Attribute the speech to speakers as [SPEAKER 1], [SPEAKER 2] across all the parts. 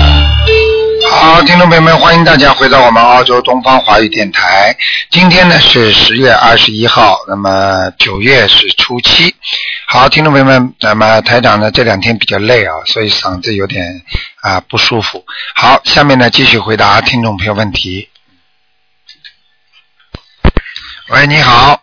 [SPEAKER 1] 好，听众朋友们，欢迎大家回到我们澳洲东方华语电台。今天呢是十月二十一号，那么九月是初七。好，听众朋友们，那么台长呢这两天比较累啊，所以嗓子有点啊、不舒服。好，下面呢继续回答听众朋友问题。喂，你好，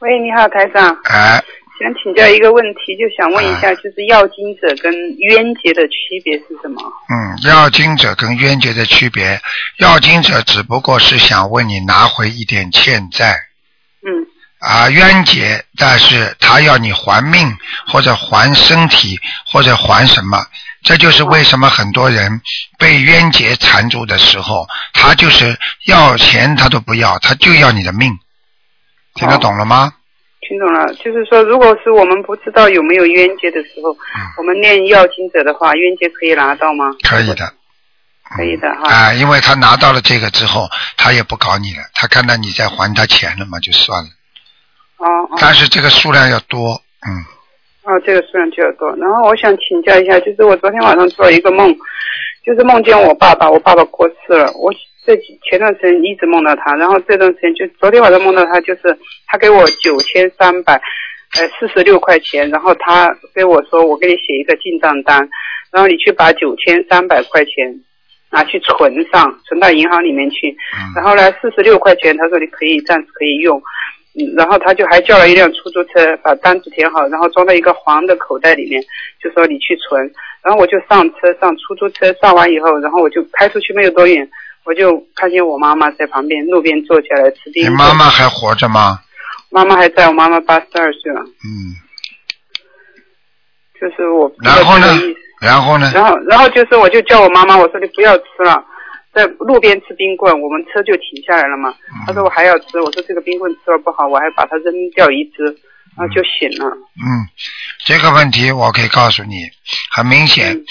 [SPEAKER 2] 喂，你好，台长，
[SPEAKER 1] 哎，
[SPEAKER 2] 想请教一个问题，就想问一
[SPEAKER 1] 啊
[SPEAKER 2] 下，就是要经者跟冤结的区别是什么？
[SPEAKER 1] 嗯，要经者跟冤结的区别，要经者只不过是想为你拿回一点欠债，
[SPEAKER 2] 嗯，
[SPEAKER 1] 啊冤结，但是他要你还命或者还身体或者还什么，这就是为什么很多人被冤结缠住的时候，他就是要钱他都不要，他就要你的命，听得懂了吗？
[SPEAKER 2] 听懂了，就是说，如果是我们不知道有没有冤结的时候，
[SPEAKER 1] 嗯
[SPEAKER 2] 我们念要经者的话，冤结可以拿到吗？
[SPEAKER 1] 可以的。
[SPEAKER 2] 可以的哈。
[SPEAKER 1] 啊，因为他拿到了这个之后，他也不搞你了，他看到你在还他钱了嘛，就算了。
[SPEAKER 2] 哦哦
[SPEAKER 1] 但是这个数量要多，嗯，
[SPEAKER 2] 哦，这个数量就要多。然后我想请教一下，就是我昨天晚上做了一个梦，就是梦见我爸爸，我爸爸过世了。我这几前段时间一直梦到他，然后这段时间就昨天晚上梦到他，就是他给我九千三百，呃，四十六块钱，然后他给我说，我给你写一个进账单，然后你去把九千三百块钱。拿去存上，存到银行里面去。
[SPEAKER 1] 嗯
[SPEAKER 2] 然后呢，四十六块钱，他说你可以暂时可以用，嗯，然后他就还叫了一辆出租车，把单子填好，然后装到一个黄的口袋里面，就说你去存。然后我就上车，上出租车，上完以后，然后我就开出去没有多远，我就看见我妈妈在旁边路边坐下来吃
[SPEAKER 1] 你
[SPEAKER 2] 冰。
[SPEAKER 1] 妈妈还活着吗？
[SPEAKER 2] 妈妈还在我妈妈八十二岁了，
[SPEAKER 1] 嗯，
[SPEAKER 2] 就是我。
[SPEAKER 1] 然后呢？然后呢？
[SPEAKER 2] 然后，然后就是我就叫我妈妈，我说你不要吃了，在路边吃冰棍，我们车就停下来了嘛。她说我还要吃，我说这个冰棍吃了不好，我还把它扔掉一只，然后就醒了。
[SPEAKER 1] 嗯，这个问题我可以告诉你，很明显，
[SPEAKER 2] 嗯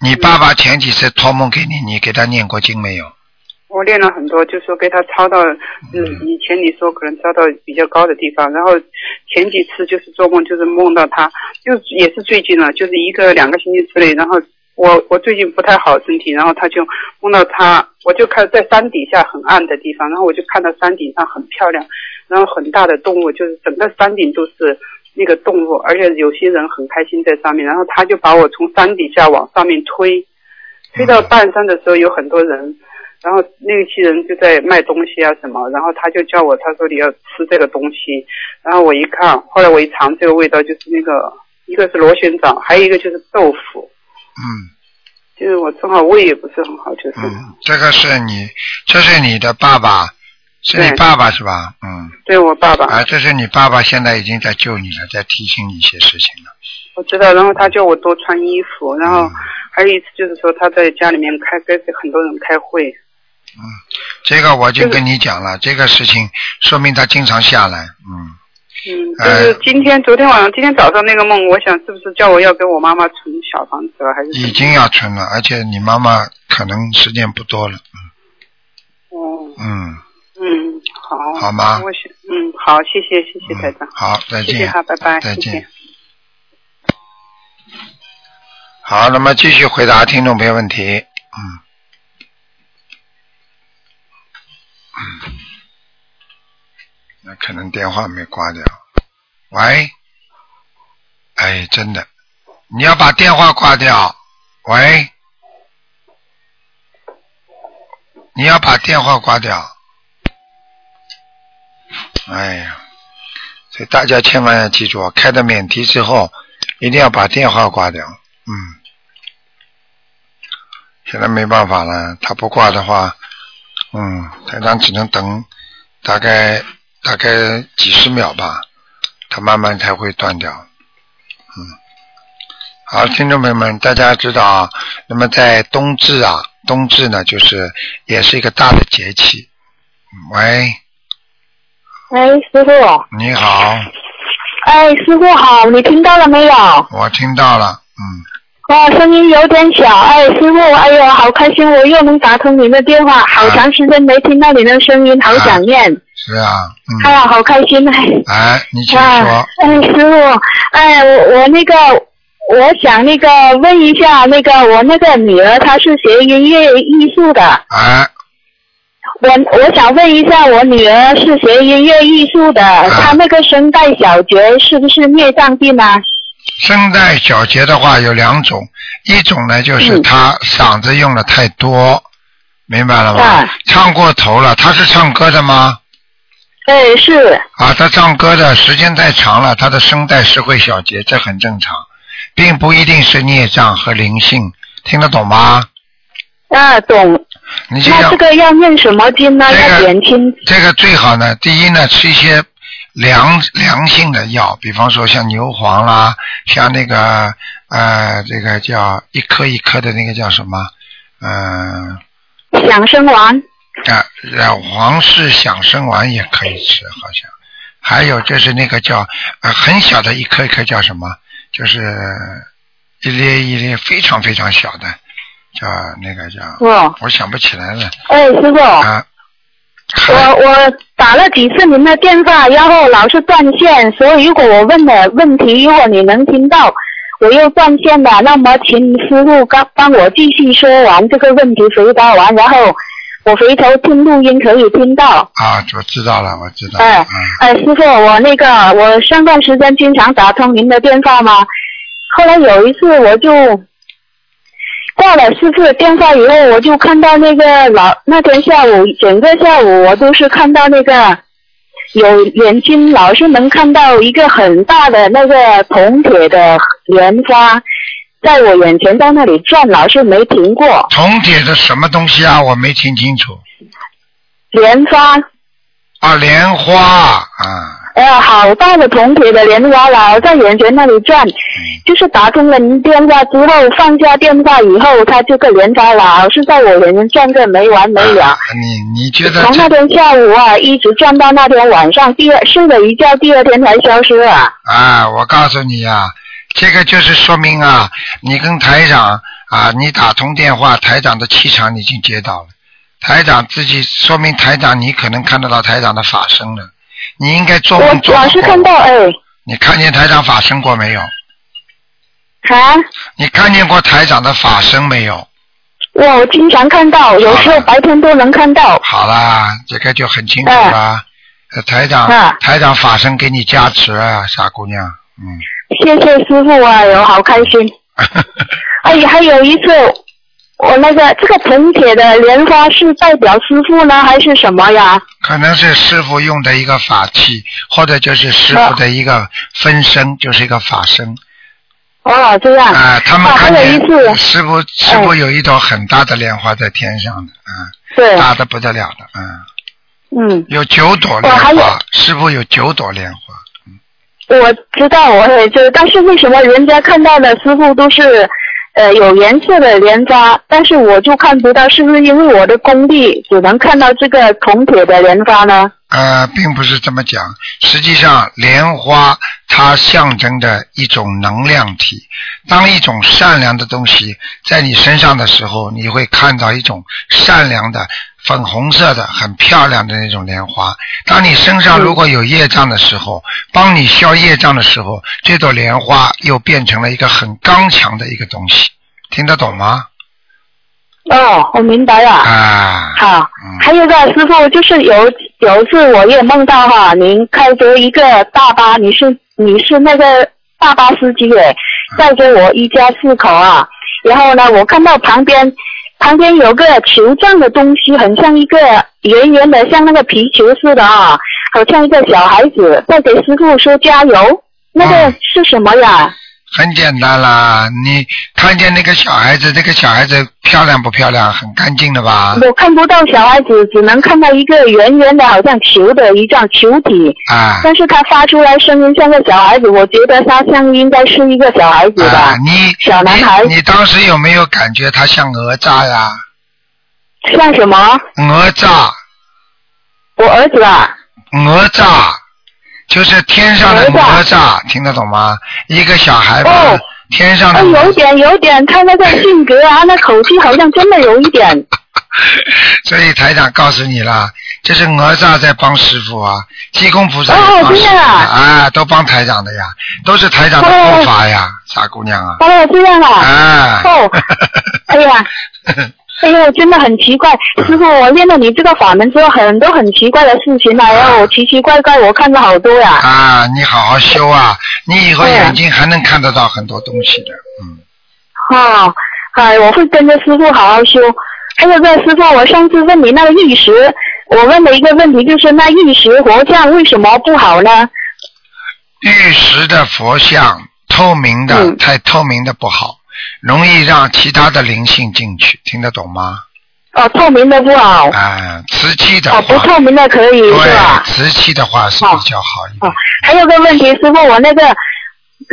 [SPEAKER 1] 你爸爸前几次托梦给你，你给他念过经没有？
[SPEAKER 2] 我练了很多，就说给他抄到，嗯，以前你说可能抄到比较高的地方，然后前几次就是做梦，就是梦到他，就也是最近了，就是一个两个星期之内，然后我我最近不太好身体，然后他就梦到他，我就看在山底下很暗的地方，然后我就看到山顶上很漂亮，然后很大的动物，就是整个山顶都是那个动物，而且有些人很开心在上面，然后他就把我从山底下往上面推，推到半山的时候有很多人，然后那一批人就在卖东西啊什么，然后他就叫我，他说你要吃这个东西，然后我一看，后来我一尝这个味道就是那个，一个是螺旋藻，还有一个就是豆腐，
[SPEAKER 1] 嗯，
[SPEAKER 2] 就是我正好胃也不是很好，就是、
[SPEAKER 1] 这个是你，这是你的爸爸，是你爸爸是吧？嗯。
[SPEAKER 2] 对我爸爸，
[SPEAKER 1] 啊，这是你爸爸现在已经在救你了，在提醒你一些事情了。
[SPEAKER 2] 我知道，然后他叫我多穿衣服，然
[SPEAKER 1] 嗯
[SPEAKER 2] 后还有一次就是说他在家里面开跟很多人开会，
[SPEAKER 1] 这个我已经跟你讲了，这个事情说明他经常下来，嗯。
[SPEAKER 2] 嗯，
[SPEAKER 1] 哎
[SPEAKER 2] 就是今天、昨天晚上、今天早上那个梦，我想是不是叫我要给我妈妈存小房子啊了，还是什么
[SPEAKER 1] 已经要存了，而且你妈妈可能时间不多了。
[SPEAKER 2] 哦，
[SPEAKER 1] 嗯，
[SPEAKER 2] 嗯，好，
[SPEAKER 1] 好吗
[SPEAKER 2] 我想，嗯，好，谢谢，谢谢台长，
[SPEAKER 1] 好，再见。
[SPEAKER 2] 谢谢哈，拜拜，
[SPEAKER 1] 再
[SPEAKER 2] 谢
[SPEAKER 1] 见
[SPEAKER 2] 谢。
[SPEAKER 1] 好，那么继续回答听众朋友问题。嗯。嗯那可能电话没挂掉。喂，哎，真的，你要把电话挂掉。喂，你要把电话挂掉。哎呀，所以大家千万要记住，啊，开的免提之后，一定要把电话挂掉。嗯，现在没办法了，他不挂的话，嗯，台长只能等大概大概几十秒吧，他慢慢才会断掉。嗯，好，听众朋友们，大家知道啊，那么在冬至啊，冬至呢就是也是一个大的节气。喂，
[SPEAKER 3] 哎，师傅，
[SPEAKER 1] 你好，
[SPEAKER 3] 哎，师傅好，你听到了没有？
[SPEAKER 1] 我听到了，嗯，
[SPEAKER 3] 哇，声音有点小，哎，师傅，哎呦，好开心，我又能打通您的电话，好长时间没听到您的声音，好想念。
[SPEAKER 1] 是啊，
[SPEAKER 3] 哎
[SPEAKER 1] 嗯，
[SPEAKER 3] 呀，好开心哎！
[SPEAKER 1] 哎，你请
[SPEAKER 3] 哇
[SPEAKER 1] 说，，
[SPEAKER 3] 哎，师傅，哎，我我那个，我想那个问一下，那个我那个女儿她是学音乐艺术的，
[SPEAKER 1] 哎，
[SPEAKER 3] 我我想问一下，我女儿是学音乐艺术的，她那个声带小绝是不是孽障病啊？
[SPEAKER 1] 声带小结的话有两种，一种呢就是
[SPEAKER 3] 嗯
[SPEAKER 1] 他嗓子用的太多，明白了吗
[SPEAKER 3] 对？
[SPEAKER 1] 唱过头了，他是唱歌的吗？
[SPEAKER 3] 哎，是，
[SPEAKER 1] 啊，他唱歌的时间太长了，他的声带是会小结，这很正常，并不一定是孽障和灵性，听得懂吗？
[SPEAKER 3] 啊，懂。
[SPEAKER 1] 你这
[SPEAKER 3] 那
[SPEAKER 1] 样
[SPEAKER 3] 这个要念什么经呢？
[SPEAKER 1] 这个
[SPEAKER 3] 要减轻。
[SPEAKER 1] 这个最好呢，第一呢，吃一些凉凉性的药，比方说像牛黄啦，像那个呃，这个叫一颗一颗的那个叫什么？嗯、
[SPEAKER 3] 响生丸。
[SPEAKER 1] 呃，啊，呃黄氏响生丸也可以吃，好像。还有就是那个叫呃很小的一颗一颗叫什么？就是一粒一粒非常非常小的，叫那个叫，
[SPEAKER 3] 哦，
[SPEAKER 1] 我想不起来了
[SPEAKER 3] 哎，师傅，
[SPEAKER 1] 啊。还
[SPEAKER 3] 我我打了几次您的电话，然后老是断线，所以如果我问的问题，如果你能听到，我又断线了，那么请师傅帮帮我继续说完这个问题，回答完，然后我回头听录音可以听到。
[SPEAKER 1] 啊，我知道了，我知道了。
[SPEAKER 3] 哎
[SPEAKER 1] 嗯
[SPEAKER 3] 哎，师傅，我那个我上段时间经常打通您的电话嘛，后来有一次我就挂了师傅的电话以后，我就看到那个老那天下午整个下午我都是看到那个有眼睛老是能看到一个很大的那个铜铁的莲花。在我眼前，在那里转，老是没停过。
[SPEAKER 1] 铜铁的什么东西啊？我没听清楚。
[SPEAKER 3] 莲花，
[SPEAKER 1] 啊，莲花啊，
[SPEAKER 3] 哎呀，好大的铜铁的莲花老在眼前那里转，就是打通了您电话之后，放下电话以后，他这个莲花老是在我眼前转个没完没了
[SPEAKER 1] 啊。你你觉得
[SPEAKER 3] 从
[SPEAKER 1] 这
[SPEAKER 3] 那天下午啊，一直转到那天晚上，第二睡了一觉，第二天才消失啊。
[SPEAKER 1] 啊？我告诉你啊，这个就是说明啊，你跟台长啊，你打通电话，台长的气场你已经接到了，台长自己说明台长你可能看得到台长的法身了，你应该做梦
[SPEAKER 3] 我
[SPEAKER 1] 做
[SPEAKER 3] 老是看
[SPEAKER 1] 过。
[SPEAKER 3] 到哎，
[SPEAKER 1] 你看见台长法身过没有？
[SPEAKER 3] 啊，
[SPEAKER 1] 你看见过台长的法身没有？
[SPEAKER 3] 我经常看到，有时候白天都能看到。
[SPEAKER 1] 好啦，这个就很清楚
[SPEAKER 3] 啊
[SPEAKER 1] 啦。呃台长，
[SPEAKER 3] 嗯
[SPEAKER 1] 台长法身给你加持啊，傻姑娘，嗯，
[SPEAKER 3] 谢谢师傅啊，有好开 心。哎，还有一次，我那个这个铜铁的莲花是代表师傅呢，还是什么呀？
[SPEAKER 1] 可能是师傅用的一个法器，或者就是师傅的一个分身，就是一个法身
[SPEAKER 3] 哦，这样。
[SPEAKER 1] 啊、他们
[SPEAKER 3] 啊
[SPEAKER 1] 看
[SPEAKER 3] 还有
[SPEAKER 1] 见
[SPEAKER 3] 一哎次
[SPEAKER 1] 师傅，师傅有一朵很大的莲花在天上的，啊、
[SPEAKER 3] 对，
[SPEAKER 1] 大的不得了的，嗯，
[SPEAKER 3] 嗯，
[SPEAKER 1] 有九朵莲
[SPEAKER 3] 哦还
[SPEAKER 1] 花
[SPEAKER 3] 有，
[SPEAKER 1] 师傅有九朵莲花。
[SPEAKER 3] 我知道，我也知道，但是为什么人家看到的师傅都是呃有颜色的莲花，但是我就看不到，是不是因为我的功力只能看到这个铜铁的莲花呢？
[SPEAKER 1] 呃，并不是这么讲。实际上，莲花它象征着一种能量体。当一种善良的东西在你身上的时候，你会看到一种善良的、粉红色的、很漂亮的那种莲花。当你身上如果有业障的时候，帮你消业障的时候，这朵莲花又变成了一个很刚强的一个东西。听得懂吗？
[SPEAKER 3] 哦，我明白了。
[SPEAKER 1] 啊，
[SPEAKER 3] 好
[SPEAKER 1] 嗯，
[SPEAKER 3] 还有一个师傅，就是有有一次我也梦到哈，您开着一个大巴，你是你是那个大巴司机耶，
[SPEAKER 1] 嗯
[SPEAKER 3] 载着我一家四口啊。然后呢，我看到旁边旁边有个球状的东西，很像一个圆圆的，像那个皮球似的啊，好像一个小孩子在给师傅说加油。那个
[SPEAKER 1] 嗯
[SPEAKER 3] 是什么呀？
[SPEAKER 1] 很简单啦，你看见那个小孩子，那个小孩子漂亮不漂亮？很干净的吧？
[SPEAKER 3] 我看不到小孩子，只能看到一个圆圆的，好像球的一样球体。
[SPEAKER 1] 啊
[SPEAKER 3] 但是他发出来声音像个小孩子，我觉得他像应该是一个小孩子吧。
[SPEAKER 1] 啊，你
[SPEAKER 3] 小男孩
[SPEAKER 1] 你，你当时有没有感觉他像哪吒呀？
[SPEAKER 3] 像什么？
[SPEAKER 1] 哪吒，
[SPEAKER 3] 我儿子啊，
[SPEAKER 1] 哪吒，就是天上的
[SPEAKER 3] 哪
[SPEAKER 1] 哪
[SPEAKER 3] 吒
[SPEAKER 1] 吒，听得懂吗？一个小孩子，
[SPEAKER 3] 哦
[SPEAKER 1] 天上
[SPEAKER 3] 呃，
[SPEAKER 1] 的
[SPEAKER 3] 有一点，有一点，他那个性格啊，那口气好像真的有一点。
[SPEAKER 1] 所以台长告诉你啦，这是哪吒在帮师傅啊，济公菩萨也
[SPEAKER 3] 哦
[SPEAKER 1] 帮师
[SPEAKER 3] 真
[SPEAKER 1] 傅
[SPEAKER 3] 的啊
[SPEAKER 1] 啊，都帮台长的呀，都是台长的
[SPEAKER 3] 哦
[SPEAKER 1] 护法呀，傻姑娘啊，
[SPEAKER 3] 哦，这样啊，
[SPEAKER 1] 啊，
[SPEAKER 3] 哦哎呀，哎呦，真的很奇怪，师傅，我练了你这个法门之后，很多很奇怪的事情来啊，我奇奇怪怪，我看了好多呀、
[SPEAKER 1] 啊，你好好修啊，你以后
[SPEAKER 3] 对啊
[SPEAKER 1] 眼睛还能看得到很多东西的，嗯，
[SPEAKER 3] 哦，哎，我会跟着师傅好好修。还有个师傅，我上次问你那个玉石，我问了一个问题，就是那玉石佛像为什么不好呢？
[SPEAKER 1] 玉石的佛像透明的、
[SPEAKER 3] 嗯
[SPEAKER 1] 太透明的不好，容易让其他的灵性进去，听得懂吗？
[SPEAKER 3] 哦，透明的不好，
[SPEAKER 1] 啊，瓷器的话，
[SPEAKER 3] 哦，不透明的可以是吧
[SPEAKER 1] 对，？瓷器的话是比较好一点。
[SPEAKER 3] 哦还有个问题，师傅，我那个，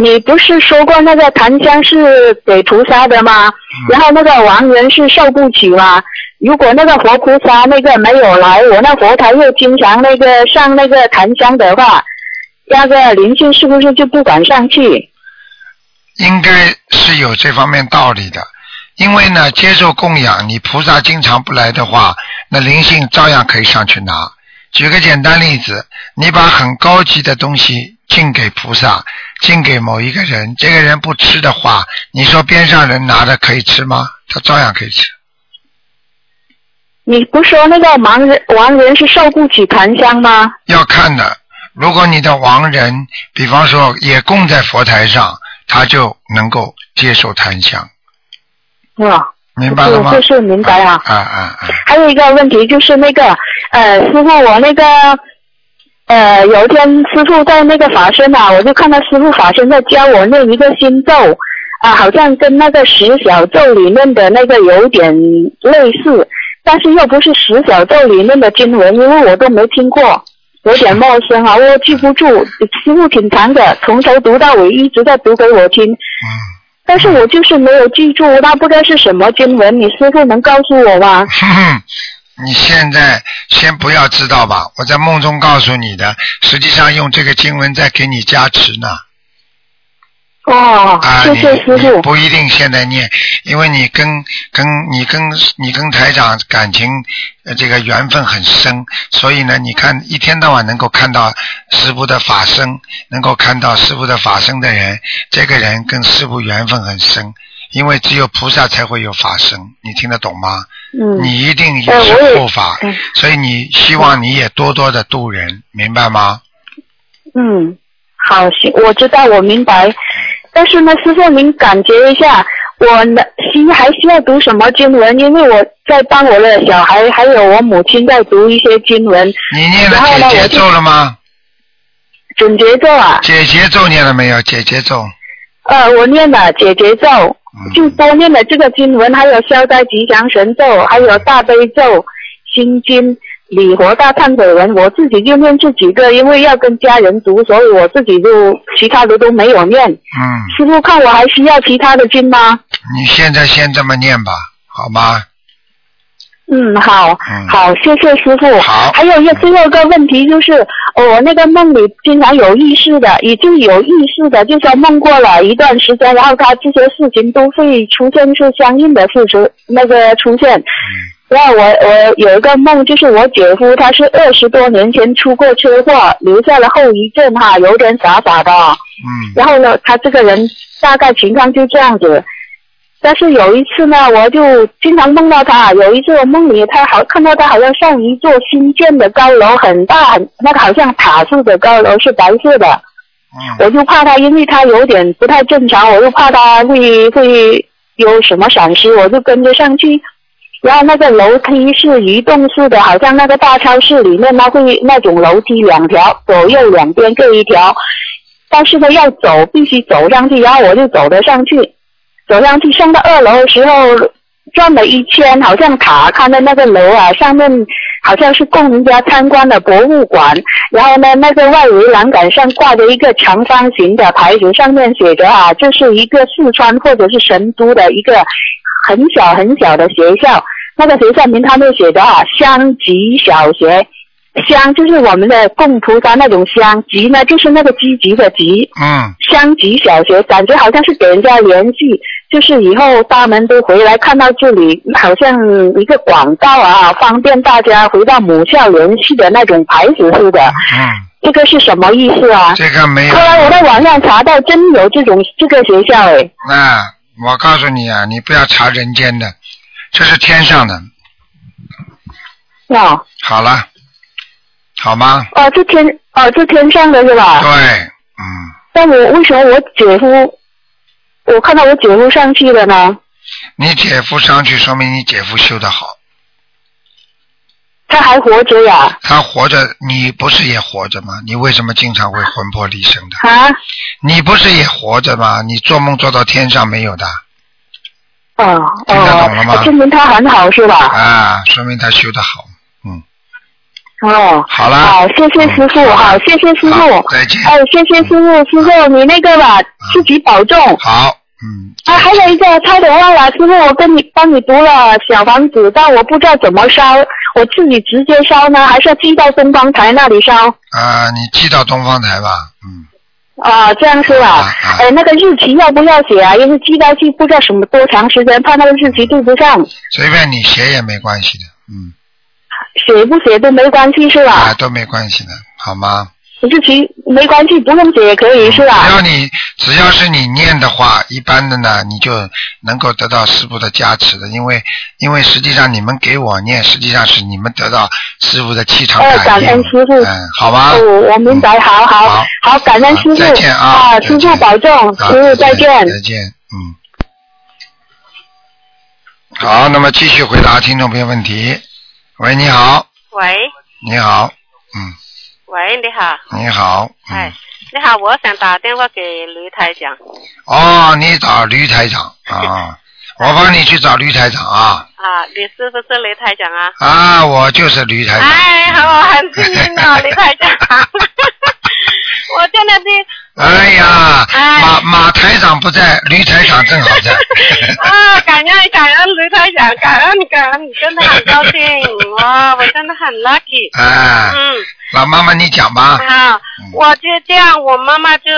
[SPEAKER 3] 你不是说过那个檀香是给菩萨的吗？然后那个亡人是受不起吗？如果那个活菩萨那个没有来，我那佛台又经常那个上那个檀香的话，那个灵性是不是就不敢上去？
[SPEAKER 1] 应该是有这方面道理的。因为呢，接受供养，你菩萨经常不来的话，那灵性照样可以上去拿。举个简单例子，你把很高级的东西进给菩萨，进给某一个人，这个人不吃的话，你说边上人拿着可以吃吗？他照样可以吃。
[SPEAKER 3] 你不说那个盲人亡人是受不起檀香吗？
[SPEAKER 1] 要看的。如果你的亡人，比方说也供在佛台上，他就能够接受檀香，
[SPEAKER 3] 是吧？
[SPEAKER 1] 明白了吗？
[SPEAKER 3] 是是明白啊
[SPEAKER 1] 啊啊啊！
[SPEAKER 3] 还有一个问题就是那个，呃，师傅，我那个，呃，有一天师傅在那个法身啊，我就看到师傅法身在教我念一个心咒，啊、好像跟那个十小咒里面的那个有点类似，但是又不是十小咒里面的经文，因为我都没听过。有点陌生啊，我记不住。师傅挺长的，从头读到尾，一直在读给我听。但是我就是没有记住，那不知道是什么经文，你师傅能告诉我吗？
[SPEAKER 1] 哼哼，你现在先不要知道吧，我在梦中告诉你的，实际上用这个经文在给你加持呢。
[SPEAKER 3] 哦
[SPEAKER 1] 啊，，
[SPEAKER 3] 谢
[SPEAKER 1] 你
[SPEAKER 3] 谢师
[SPEAKER 1] 你
[SPEAKER 3] 傅。
[SPEAKER 1] 不一定现在念，因为你跟跟你跟你跟台长感情呃这个缘分很深，所以呢，你看一天到晚能够看到师傅的法身，能够看到师傅的法身的人，这个人跟师傅缘分很深，因为只有菩萨才会有法身，你听得懂吗？
[SPEAKER 3] 嗯，
[SPEAKER 1] 你一定
[SPEAKER 3] 哎
[SPEAKER 1] 也
[SPEAKER 3] 我
[SPEAKER 1] 是
[SPEAKER 3] 也
[SPEAKER 1] 护法，
[SPEAKER 3] 嗯
[SPEAKER 1] 所以你希望你也多多的度人，明白吗？
[SPEAKER 3] 嗯，好，行，我知道，我明白。但是呢，师傅您感觉一下，我呢需还需要读什么经文？因为我在帮我的小孩，还有我母亲在读一些经文，
[SPEAKER 1] 你念了
[SPEAKER 3] 然后呢
[SPEAKER 1] 解结
[SPEAKER 3] 我就
[SPEAKER 1] 咒了吗？
[SPEAKER 3] 准节奏啊，
[SPEAKER 1] 解结咒念了没有？解结咒。
[SPEAKER 3] 呃，我念了解节奏，
[SPEAKER 1] 嗯
[SPEAKER 3] 就多念了这个经文，还有消灾吉祥神咒，还有大悲咒、心经、礼佛大忏悔文，我自己就念这几个，因为要跟家人读，所以我自己就其他的都没有念。
[SPEAKER 1] 嗯，
[SPEAKER 3] 师傅看我还需要其他的经吗？
[SPEAKER 1] 你现在先这么念吧，好吗？
[SPEAKER 3] 嗯，好，
[SPEAKER 1] 嗯
[SPEAKER 3] 好，谢谢师傅。
[SPEAKER 1] 好
[SPEAKER 3] 还有一个最后一个问题就是，呃我、那个梦里经常有意识的，已经有意识的，就说梦过了一段时间，然后他这些事情都会出现是相应的付出那个出现。
[SPEAKER 1] 嗯
[SPEAKER 3] 然后我我有一个梦，就是我姐夫他是二十多年前出过车祸，留下了后遗症哈，有点傻傻的。
[SPEAKER 1] 嗯
[SPEAKER 3] 然后呢，他这个人大概情况就这样子。但是有一次呢，我就经常梦到他。有一次我梦里他好看到他好像上一座新建的高楼，很大，很那个好像塔似的高楼是白色的。
[SPEAKER 1] 嗯，
[SPEAKER 3] 我就怕他，因为他有点不太正常，我就怕他会会有什么闪失，我就跟着上去。然后那个楼梯是移动式的，好像那个大超市里面那会那种楼梯两条，左右两边各一条。但是呢，要走必须走上去，然后我就走了上去，走上去上到二楼的时候转了一圈，好像塔看到那个楼啊上面好像是供人家参观的博物馆，然后呢，那个外围栏杆上挂着一个长方形的牌子，上面写着啊，这是一个四川或者是成都的一个很小很小的学校，那个学校名他们写着啊，香吉小学。香就是我们的供菩萨那种香，吉呢就是那个积极的吉，
[SPEAKER 1] 嗯，
[SPEAKER 3] 香吉小学，感觉好像是给人家联系，就是以后他们都回来看到这里，好像一个广告啊，方便大家回到母校联系的那种牌子似的，
[SPEAKER 1] 嗯，
[SPEAKER 3] 这个是什么意思啊？
[SPEAKER 1] 这个没有
[SPEAKER 3] 后。来我在网上查到，真有这种这个学校哎，
[SPEAKER 1] 啊，我告诉你啊，你不要查人间的，这是天上的。
[SPEAKER 3] 哦
[SPEAKER 1] 好了，好吗？
[SPEAKER 3] 哦，这天哦这天上的是吧？
[SPEAKER 1] 对，嗯，
[SPEAKER 3] 那我为什么我姐夫，我看到我姐夫上去了呢？
[SPEAKER 1] 你姐夫上去，说明你姐夫修得好，
[SPEAKER 3] 他还活着呀？
[SPEAKER 1] 他活着，你不是也活着吗？你为什么经常会魂魄离身的？
[SPEAKER 3] 啊？
[SPEAKER 1] 你不是也活着吗？你做梦做到天上没有的
[SPEAKER 3] 哦
[SPEAKER 1] 听得懂了吗
[SPEAKER 3] 哦，证明他很好是吧？
[SPEAKER 1] 啊，说明他修得好。
[SPEAKER 3] 哦，
[SPEAKER 1] 好了，
[SPEAKER 3] 好，谢谢师傅，
[SPEAKER 1] 嗯
[SPEAKER 3] 好，谢谢师傅，
[SPEAKER 1] 好再见。嗯
[SPEAKER 3] 哎，谢谢师傅，师傅你那个吧，自己保重。
[SPEAKER 1] 好，嗯，
[SPEAKER 3] 啊，还有一个差点忘了，师傅，我跟你帮你读了小房子，但我不知道怎么烧，我自己直接烧呢，还是要寄到东方台那里烧？
[SPEAKER 1] 啊，你寄到东方台吧，嗯，
[SPEAKER 3] 啊，这样是吧
[SPEAKER 1] 啊啊？
[SPEAKER 3] 哎，那个日期要不要写啊？要是寄到去不知道什么多长时间，怕那个日期对不上，
[SPEAKER 1] 随便你写也没关系的，嗯，
[SPEAKER 3] 写不写都没关系是吧
[SPEAKER 1] 啊，？都没关系的，好吗？
[SPEAKER 3] 日期没关系，不用写也可以是吧？
[SPEAKER 1] 只要你只要是你念的话，一般的呢，你就能够得到师傅的加持的，因为因为实际上你们给我念，实际上是你们得到师傅的气场
[SPEAKER 4] 呃
[SPEAKER 3] 哎
[SPEAKER 1] 感应。
[SPEAKER 3] 感恩师傅
[SPEAKER 1] 嗯，好吧。嗯
[SPEAKER 3] 哦，我明白，好
[SPEAKER 1] 好
[SPEAKER 3] 好好，感恩师
[SPEAKER 1] 好
[SPEAKER 3] 傅
[SPEAKER 1] 再见啊再
[SPEAKER 3] 师傅
[SPEAKER 1] 见
[SPEAKER 3] 保重，
[SPEAKER 1] 好
[SPEAKER 3] 师傅再见。
[SPEAKER 1] 再见，嗯。好，那么继续回答听众朋友问题。喂，你好，
[SPEAKER 4] 喂
[SPEAKER 1] 你好，嗯，
[SPEAKER 4] 喂，你好，
[SPEAKER 1] 你好，嗯，
[SPEAKER 4] 哎，你好，我想打电话给卢台长。啊
[SPEAKER 1] 哦，你找吕台长啊，我帮你去找吕台长啊。
[SPEAKER 4] 啊，你是不是卢台长啊？
[SPEAKER 1] 啊，我就是吕台长。
[SPEAKER 4] 哎，好，很幸运哦，卢台长。 我真的是
[SPEAKER 1] 哎呀，
[SPEAKER 4] 哎
[SPEAKER 1] 马马台长不在，吕台长正好在。
[SPEAKER 4] 啊，感恩感恩卢台长，感恩感恩，真的很高兴哇，我真的很 lucky。
[SPEAKER 1] 哎，
[SPEAKER 4] 嗯，
[SPEAKER 1] 老妈妈你讲吧。
[SPEAKER 4] 好，嗯我就这样，我妈妈就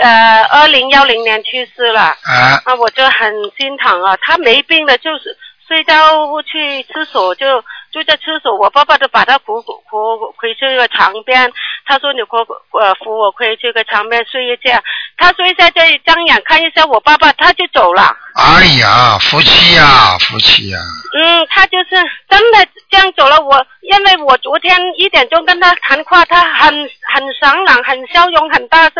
[SPEAKER 4] 呃二零幺零年去世了。
[SPEAKER 1] 啊，
[SPEAKER 4] 啊，我就很心疼啊，他没病的，就是睡觉不去厕所就就在厕所，我爸爸都把他扶扶扶回去个床边，他说你扶呃扶我回去个床边睡一觉，他睡一下这一睁眼看一下我爸爸他就走了，
[SPEAKER 1] 哎呀，福气呀、福气呀、
[SPEAKER 4] 嗯，他就是真的这样走了，我因为我昨天一点钟跟他谈话，他很很爽朗，很笑容，很大声，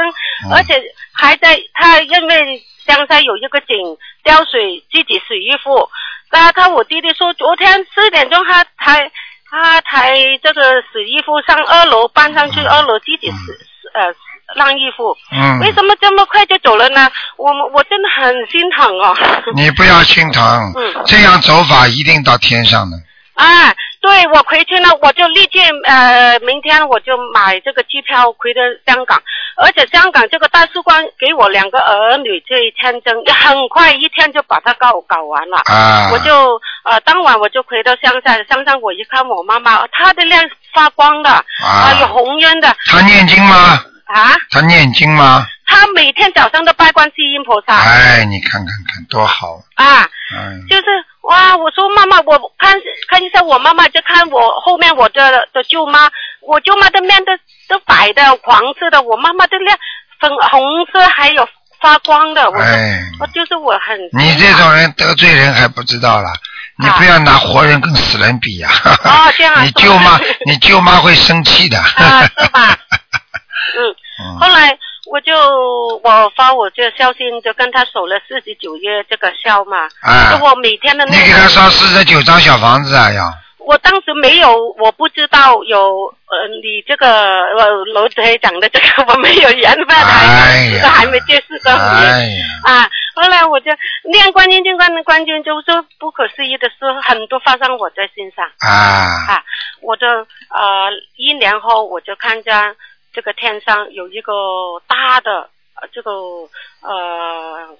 [SPEAKER 1] 嗯
[SPEAKER 4] 而且还在他因为江西有一个井浇水，自己洗衣服。那他我弟弟说，昨天四点钟他才他才这个洗衣服上二楼搬上去二楼自己洗呃晾衣服，
[SPEAKER 1] 嗯，
[SPEAKER 4] 为什么这么快就走了呢？我们我真的很心疼哦。
[SPEAKER 1] 你不要心疼，
[SPEAKER 4] 嗯
[SPEAKER 1] 这样走法一定到天上的。
[SPEAKER 4] 啊，对，我回去呢，我就立即呃，明天我就买这个机票回到香港，而且香港这个大使馆给我两个儿女去签证， 也很快一天就把它搞搞完了。
[SPEAKER 1] 啊，
[SPEAKER 4] 我就呃当晚我就回到乡下，乡下我一看我妈妈，她的脸发光的，啊有
[SPEAKER 1] 啊，
[SPEAKER 4] 红晕的
[SPEAKER 1] 他念经吗？
[SPEAKER 4] 啊，
[SPEAKER 1] 他念经吗？
[SPEAKER 4] 她每天早上都拜观世音菩萨
[SPEAKER 1] 哎，你看看看，多好！
[SPEAKER 4] 啊，
[SPEAKER 1] 哎，
[SPEAKER 4] 就是哇，我说妈妈，我看看一下我妈妈，就看我后面我的的舅妈，我舅妈的面都都白的、黄色的，我妈妈的面粉红色还有发光的，我就、
[SPEAKER 1] 哎，
[SPEAKER 4] 我就是我很
[SPEAKER 1] 你这种人得罪人还不知道了，你不要拿活人跟死人比呀、
[SPEAKER 4] 哦这样啊
[SPEAKER 1] 你舅妈
[SPEAKER 4] 是吧，
[SPEAKER 1] 你舅妈会生气的。
[SPEAKER 4] 啊是吧？嗯，
[SPEAKER 1] 嗯
[SPEAKER 4] 后来我就我发我这孝心，就跟他守了四十九夜这个孝嘛，
[SPEAKER 1] 啊
[SPEAKER 4] 就，我每天的
[SPEAKER 1] 你
[SPEAKER 4] 那
[SPEAKER 1] 给
[SPEAKER 4] 个
[SPEAKER 1] 他烧四十九张小房子啊，要
[SPEAKER 4] 我当时没有，我不知道有呃，你这个呃楼台长的这个我没有缘分，
[SPEAKER 1] 哎
[SPEAKER 4] 还
[SPEAKER 1] 呀
[SPEAKER 4] 这个还没见识到你
[SPEAKER 1] 哎呀，
[SPEAKER 4] 啊。后来我就念观音经，观观音经就不可思议的事很多发生我在身上，
[SPEAKER 1] 啊
[SPEAKER 4] 啊我就呃一年后我就看见这个天上有一个大的呃这个呃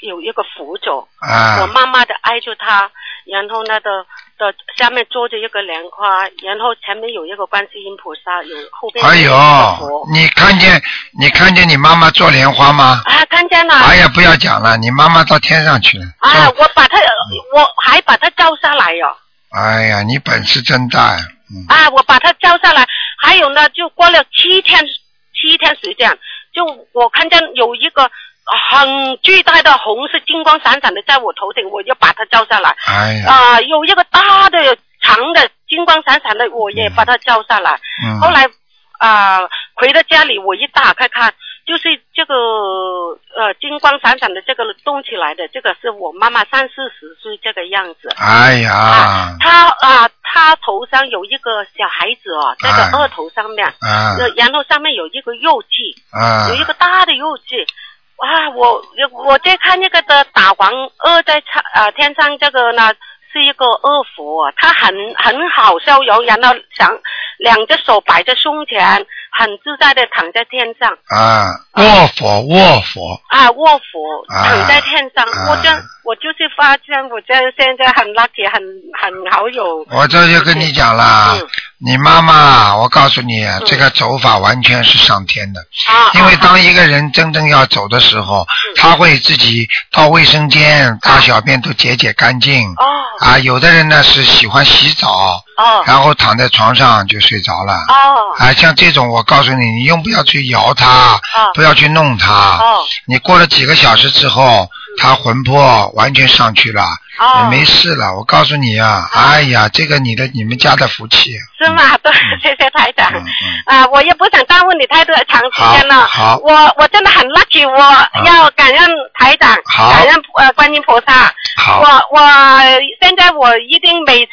[SPEAKER 4] 有一个佛祖，我
[SPEAKER 1] 啊
[SPEAKER 4] 慢慢的挨住他，然后那个的下面坐着一个莲花，然后前面有一个观世音菩萨，有后边有
[SPEAKER 1] 哎
[SPEAKER 4] 一个
[SPEAKER 1] 呦
[SPEAKER 4] 佛，
[SPEAKER 1] 你看见你看见你妈妈做莲花吗？
[SPEAKER 4] 啊，看见了。
[SPEAKER 1] 哎呀，不要讲了，你妈妈到天上去了。
[SPEAKER 4] 啊，
[SPEAKER 1] 做
[SPEAKER 4] 我把它，我还把它照下来哟、
[SPEAKER 1] 哎呀，你本事真大呀！嗯，
[SPEAKER 4] 啊，我把它照下来。还有呢，就过了七天，七天时间，就我看见有一个很巨大的红色金光闪闪的在我头顶，我就把它照下来。
[SPEAKER 1] 哎呀，
[SPEAKER 4] 啊、有一个大的长的金光闪闪的，我也把它照下来。
[SPEAKER 1] 嗯，
[SPEAKER 4] 后来啊、回到家里，我一打开看，就是这个呃金光闪闪的这个动起来的，这个是我妈妈三四十岁这个样子。
[SPEAKER 1] 哎呀，
[SPEAKER 4] 她啊、她头上有一个小孩子哦，这
[SPEAKER 1] 哎
[SPEAKER 4] 个额头上面，
[SPEAKER 1] 啊
[SPEAKER 4] 呃然后上面有一个肉痣，
[SPEAKER 1] 啊
[SPEAKER 4] 有一个大的肉痣。哇，我我在看那个的打王二在唱啊天上这个呢是一个二佛，他很很好逍遥，然后两两只手摆在胸前，很自在的躺在天上
[SPEAKER 1] 啊！卧佛卧佛，
[SPEAKER 4] 啊卧佛
[SPEAKER 1] 啊
[SPEAKER 4] 躺在天上，
[SPEAKER 1] 啊
[SPEAKER 4] 我这我就是发现我这现在很 lucky，很很好有
[SPEAKER 1] 我这就跟你讲啦
[SPEAKER 4] 嗯，
[SPEAKER 1] 你妈妈，我告诉你，这个走法完全是上天的。
[SPEAKER 4] 啊，嗯
[SPEAKER 1] 因为
[SPEAKER 4] 啊
[SPEAKER 1] 当一个人真正要走的时候，他会自己到卫生间大小便都解解干净。
[SPEAKER 4] 哦
[SPEAKER 1] 啊，有的人呢是喜欢洗澡，
[SPEAKER 4] 哦
[SPEAKER 1] 然后躺在床上就睡着了。
[SPEAKER 4] 哦
[SPEAKER 1] 啊，像这种，我告诉你，你用不要去摇它，
[SPEAKER 4] 哦
[SPEAKER 1] 不要去弄它。
[SPEAKER 4] 哦
[SPEAKER 1] 你过了几个小时之后，它魂魄完全上去了，也
[SPEAKER 4] 哦，
[SPEAKER 1] 没事了。我告诉你啊，哎呀，这个你的你们家的福气。
[SPEAKER 4] 是 吗？对，谢谢台长。
[SPEAKER 1] 嗯嗯，
[SPEAKER 4] 啊，我也不想耽误你太多长时间了。
[SPEAKER 1] 好好啊
[SPEAKER 4] 我我真的很 lucky，我要感恩台长，
[SPEAKER 1] 好
[SPEAKER 4] 感恩呃观音菩萨。
[SPEAKER 1] 好
[SPEAKER 4] 我。我现在我一定每次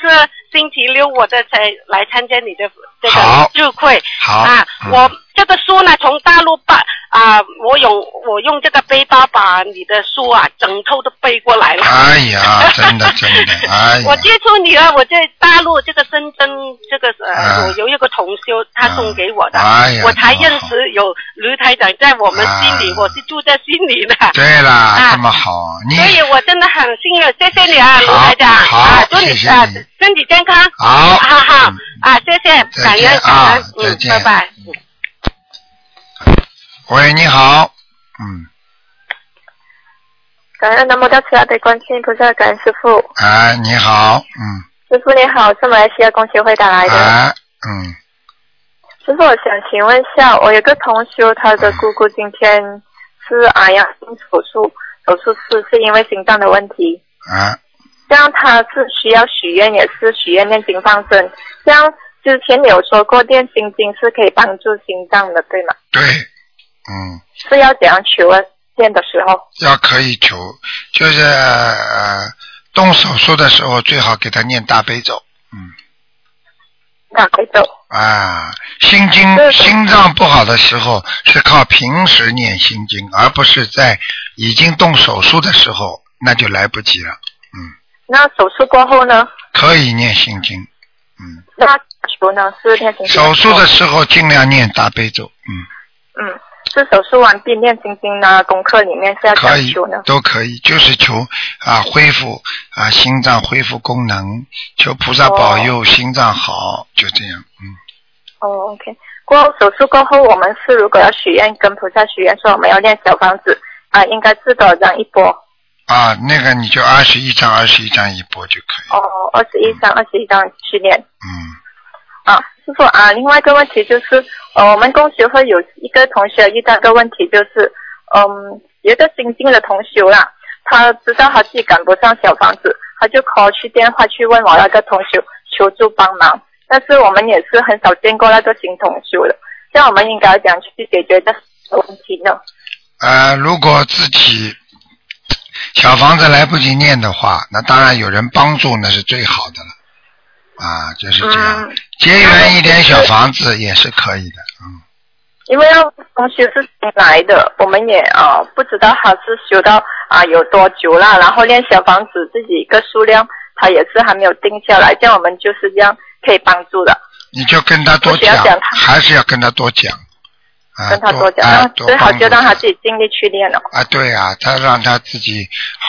[SPEAKER 4] 星期六我都才来参加你的这
[SPEAKER 1] 好
[SPEAKER 4] 个聚会。
[SPEAKER 1] 好
[SPEAKER 4] 啊，
[SPEAKER 1] 嗯
[SPEAKER 4] 我这个书呢，从大陆把啊，我用我用这个背包把你的书啊，整套都背过来了。
[SPEAKER 1] 哎 呀，真的真的，哎呀
[SPEAKER 4] 我，接触你啊了，我在大陆这个深圳这个
[SPEAKER 1] 啊
[SPEAKER 4] 呃，我有一个同修，他送给我的，
[SPEAKER 1] 哎呀
[SPEAKER 4] 我才认识有卢台长在我们心里，
[SPEAKER 1] 啊
[SPEAKER 4] 我是住在心里的，
[SPEAKER 1] 对啦，
[SPEAKER 4] 啊
[SPEAKER 1] 这么好，你
[SPEAKER 4] 所以我真的很幸运，谢谢你啊，
[SPEAKER 1] 好
[SPEAKER 4] 卢台长，
[SPEAKER 1] 好
[SPEAKER 4] 啊，祝
[SPEAKER 1] 谢谢
[SPEAKER 4] 啊
[SPEAKER 1] 你
[SPEAKER 4] 身体健康，
[SPEAKER 1] 好
[SPEAKER 4] 好好
[SPEAKER 1] 嗯
[SPEAKER 4] 啊，谢谢，
[SPEAKER 1] 再
[SPEAKER 4] 感
[SPEAKER 1] 见
[SPEAKER 4] 恩感
[SPEAKER 1] 啊
[SPEAKER 4] 恩，
[SPEAKER 1] 再
[SPEAKER 4] 嗯，
[SPEAKER 1] 见
[SPEAKER 4] 拜拜。嗯
[SPEAKER 1] 喂，你好，嗯，
[SPEAKER 5] 感恩南无大慈大悲观世音菩萨，感恩师傅。
[SPEAKER 1] 哎，你好，嗯，
[SPEAKER 5] 师傅你好，是马来西亚工协会打来的。
[SPEAKER 1] 哎，嗯，
[SPEAKER 5] 师傅，我想请问一下，我有个同修，他的姑姑今天是啊要进手术，手术室是因为心脏的问题，
[SPEAKER 1] 哎，
[SPEAKER 5] 这样他是需要许愿，也是许愿念经放生。这样之前有说过念心经是可以帮助心脏的，对吗？
[SPEAKER 1] 对，嗯，
[SPEAKER 5] 是要怎样求啊？念的时候，
[SPEAKER 1] 要可以求，就是呃，动手术的时候最好给他念大悲咒嗯
[SPEAKER 5] 打开走。
[SPEAKER 1] 啊，心经
[SPEAKER 5] 对，对
[SPEAKER 1] 心脏不好的时候是靠平时念心经，而不是在已经动手术的时候，那就来不及了，
[SPEAKER 5] 那手术过后呢？
[SPEAKER 1] 可以念心经，嗯。
[SPEAKER 5] 那求呢？是念心经时
[SPEAKER 1] 手
[SPEAKER 5] 候。
[SPEAKER 1] 术的时候尽量念大悲咒，嗯，
[SPEAKER 5] 嗯，是手术完毕念心经呢，功课里面是要
[SPEAKER 1] 可
[SPEAKER 5] 讲
[SPEAKER 1] 以
[SPEAKER 5] 究呢，。
[SPEAKER 1] 都可以，就是求啊恢复啊心脏恢复功能，求菩萨保佑心脏好，就这样，嗯，
[SPEAKER 5] 哦，OK。过后手术过后，我们是如果要许愿，跟菩萨许愿说我们要练小房子啊、应该是多少张一波？
[SPEAKER 1] 啊，那个你就二十一张，二十一张一波就可以，
[SPEAKER 5] 哦，二十一张，二十一张去练
[SPEAKER 1] 嗯，
[SPEAKER 5] 啊。师傅啊，另外一个问题就是，呃，我们公学会有一个同学遇到一个问题，就是，嗯，有一个新进的同学啦，他知道他自己赶不上小房子，他就 call 去电话去问我那个同学求助帮忙。但是我们也是很少见过那个新同修的，这样我们应该怎样去解决这个问题呢？
[SPEAKER 1] 呃，如果自己小房子来不及念的话，那当然有人帮助那是最好的了，啊，就是这样
[SPEAKER 5] 嗯，
[SPEAKER 1] 结缘一点小房子也是可以的，嗯。
[SPEAKER 5] 因为那个同学是新来的，我们也啊、呃不知道他是修到啊、有多久啦，然后练小房子自己一个数量，他也是还没有定下来，这样我们就是这样可以帮助的。
[SPEAKER 1] 你就跟他多
[SPEAKER 5] 我只要讲他
[SPEAKER 1] 还是要跟他多讲，啊，
[SPEAKER 5] 跟他多讲，
[SPEAKER 1] 啊
[SPEAKER 5] 那、
[SPEAKER 1] 多
[SPEAKER 5] 最好就让他
[SPEAKER 1] 帮助
[SPEAKER 5] 自己尽力去练了。
[SPEAKER 1] 啊，对啊，他让他自己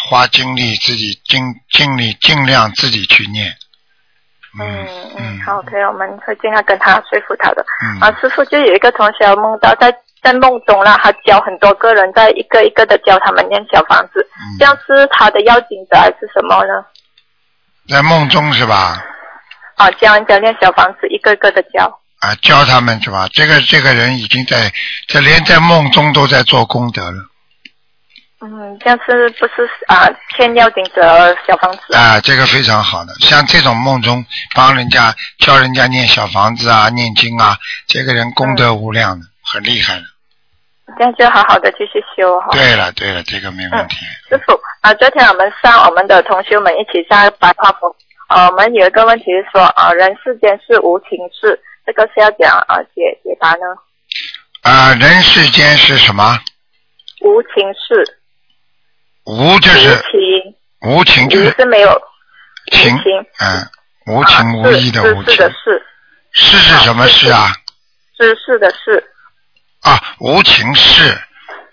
[SPEAKER 1] 花精力，自己尽尽力尽量自己去念，
[SPEAKER 5] 嗯嗯
[SPEAKER 1] 嗯，
[SPEAKER 5] 好，OK，我们会尽量跟他说服他的。
[SPEAKER 1] 嗯
[SPEAKER 5] 啊，师傅就有一个同学梦到在在梦中啦，他教很多个人，在一个一个的教他们念小房子，
[SPEAKER 1] 嗯
[SPEAKER 5] 这样是他的要紧的还是什么呢？
[SPEAKER 1] 在梦中是吧？
[SPEAKER 5] 啊，教人家念小房子，一个一个的教。
[SPEAKER 1] 啊，教他们是吧？这个这个人已经在，这连在梦中都在做功德了
[SPEAKER 5] 嗯，这样是不是啊？欠要紧者小房子啊？
[SPEAKER 1] 啊，这个非常好的。像这种梦中帮人家教人家念小房子啊、念经啊，这个人功德无量的，
[SPEAKER 5] 嗯
[SPEAKER 1] 很厉害的。
[SPEAKER 5] 这样就好好的继续修哈。
[SPEAKER 1] 对了对了，这个没问题。
[SPEAKER 5] 师傅啊，昨天我们上我们的同学们一起上白话佛，呃、我们有一个问题是说啊，人世间是无情事，这个是要讲啊解解答呢？嗯
[SPEAKER 1] 啊，人世间是什么？
[SPEAKER 5] 无情事，
[SPEAKER 1] 无就
[SPEAKER 5] 无
[SPEAKER 1] 是
[SPEAKER 5] 情，
[SPEAKER 1] 无情，就
[SPEAKER 5] 无
[SPEAKER 1] 是
[SPEAKER 5] 是没有
[SPEAKER 1] 情
[SPEAKER 5] 无情，啊
[SPEAKER 1] 嗯，无情无义的无情
[SPEAKER 5] 是是。的是，
[SPEAKER 1] 事是什么事啊？
[SPEAKER 5] 是是的是，
[SPEAKER 1] 啊，无情事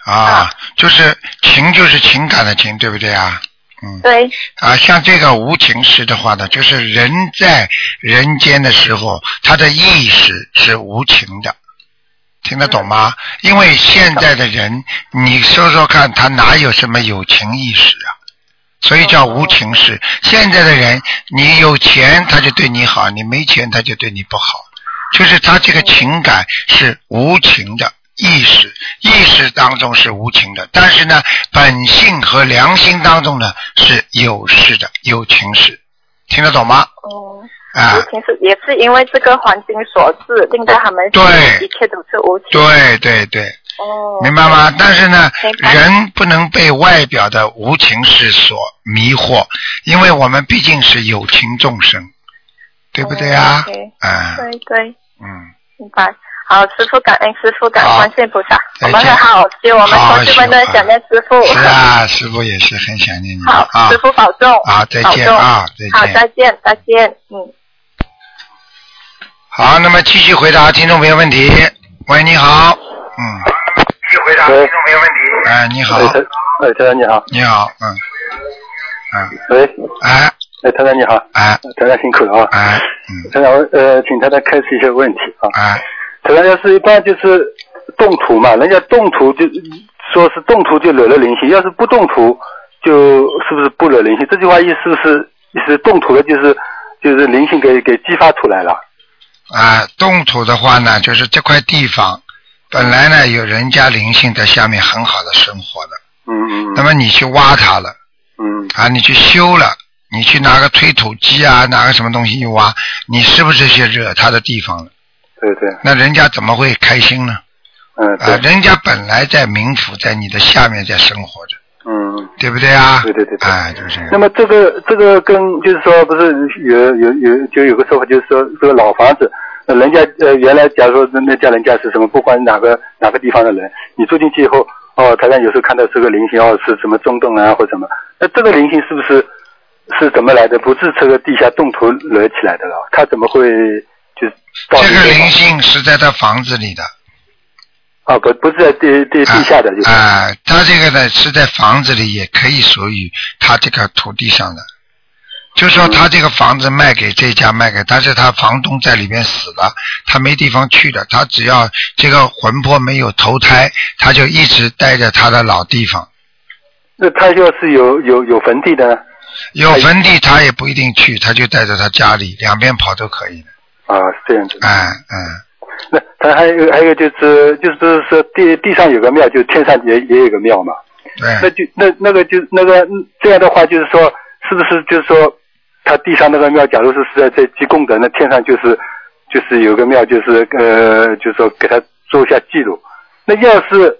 [SPEAKER 1] 啊
[SPEAKER 5] 啊，
[SPEAKER 1] 就是情就是情感的情，对不对啊？嗯
[SPEAKER 5] 对，
[SPEAKER 1] 啊，像这个无情事的话呢，就是人在人间的时候，他的意识是无情的，听得懂吗？因为现在的人，你说说看，他哪有什么有情意识啊？所以叫无情事。现在的人，你有钱他就对你好，你没钱他就对你不好，就是他这个情感是无情的。意识意识当中是无情的，但是呢，本性和良心当中呢是有事的，有情事，听得懂吗？
[SPEAKER 5] 嗯，
[SPEAKER 1] 啊
[SPEAKER 5] 无，情事也是因为这个环境所致，令到他们
[SPEAKER 1] 对
[SPEAKER 5] 一切都是无情。
[SPEAKER 1] 对对对，
[SPEAKER 5] 哦，
[SPEAKER 1] 明白吗？但是呢，
[SPEAKER 5] 明白
[SPEAKER 1] 人不能被外表的无情事所迷惑，因为我们毕竟是有情众生，对不对啊
[SPEAKER 5] 嗯，OK？
[SPEAKER 1] 啊，
[SPEAKER 5] 对对。
[SPEAKER 1] 嗯，
[SPEAKER 5] 明白。好，师傅感恩师傅感
[SPEAKER 1] 好
[SPEAKER 5] 恩观世音菩萨，
[SPEAKER 1] 再见
[SPEAKER 5] 我们很好修，我们
[SPEAKER 1] 好好
[SPEAKER 5] 同学们都
[SPEAKER 1] 修
[SPEAKER 5] 很想念师傅。
[SPEAKER 1] 是啊，师傅也是很想念你的
[SPEAKER 5] 好，
[SPEAKER 1] 啊
[SPEAKER 5] 师。傅保重。
[SPEAKER 1] 好，再
[SPEAKER 5] 保
[SPEAKER 1] 见
[SPEAKER 5] 重
[SPEAKER 1] 啊，再见。
[SPEAKER 5] 好，再见，再见。嗯。
[SPEAKER 1] 好，那么继续回答听众朋友问题。喂，你好，嗯，
[SPEAKER 6] 喂，
[SPEAKER 1] 哎，你好
[SPEAKER 6] 哎，，陈，哎，陈长你好，
[SPEAKER 1] 你好，嗯，
[SPEAKER 6] 喂，
[SPEAKER 1] 哎，
[SPEAKER 6] 哎，陈长你好，
[SPEAKER 1] 哎，
[SPEAKER 6] 陈长辛苦了啊，
[SPEAKER 1] 哎，嗯，
[SPEAKER 6] 陈长呃，请太太开始一些问题啊，
[SPEAKER 1] 哎，
[SPEAKER 6] 陈长要是一般就是动土嘛，人家动土就说是动土就惹了灵性，要是不动土就是不是不惹灵性？这句话意思是不是意思动土了就是就是灵性给给激发出来了？
[SPEAKER 1] 啊，动土的话呢，就是这块地方本来呢有人家灵性在下面很好的生活的，
[SPEAKER 6] 嗯
[SPEAKER 1] 那么你去挖它了
[SPEAKER 6] 嗯
[SPEAKER 1] 啊，你去修了，你去拿个推土机啊，拿个什么东西一挖，你是不是去惹它的地方了？
[SPEAKER 6] 对对，
[SPEAKER 1] 那人家怎么会开心呢？
[SPEAKER 6] 嗯
[SPEAKER 1] 啊，
[SPEAKER 6] 对，
[SPEAKER 1] 人家本来在冥府，在你的下面在生活着，
[SPEAKER 6] 嗯。
[SPEAKER 1] 对不对啊？
[SPEAKER 6] 对对对对
[SPEAKER 1] 哎，就是这
[SPEAKER 6] 那
[SPEAKER 1] 个。
[SPEAKER 6] 么这个这个跟就是说不是有有有就有个说法，就是说这个老房子，呃人家呃原来假如说那那家人家是什么，不管哪个哪个地方的人，你住进去以后，哦，台上有时候看到这个菱形哦是什么中洞啊或什么，那这个菱形是不是是怎么来的？不是这个地下动土惹起来的了，它怎么会就是到
[SPEAKER 1] 这
[SPEAKER 6] 底
[SPEAKER 1] 个灵性是在他房子里的，
[SPEAKER 6] 啊不不是在地地地下的就是、
[SPEAKER 1] 啊、他这个呢是在房子里，也可以属于他这个土地上的。就
[SPEAKER 6] 嗯
[SPEAKER 1] 说他这个房子卖给这家卖给，但是他房东在里面死了，他没地方去了，他只要这个魂魄没有投胎，他就一直待在他的老地方。
[SPEAKER 6] 那它要是有有有坟地的呢
[SPEAKER 1] 有坟
[SPEAKER 6] 哎
[SPEAKER 1] 地他也不一定去，他就待在他家里，两边跑都可以的。
[SPEAKER 6] 啊是这样子的。
[SPEAKER 1] 哎嗯，
[SPEAKER 6] 那他还有还有就是就是说地地上有个庙，就是天上也也有个庙嘛。那
[SPEAKER 1] 对，
[SPEAKER 6] 就那那个就那个嗯这样的话，就是说是不是就是说他地上那个庙，假如是是在在积功德，那天上就是就是有个庙，就是呃就是说给他做一下记录。那要是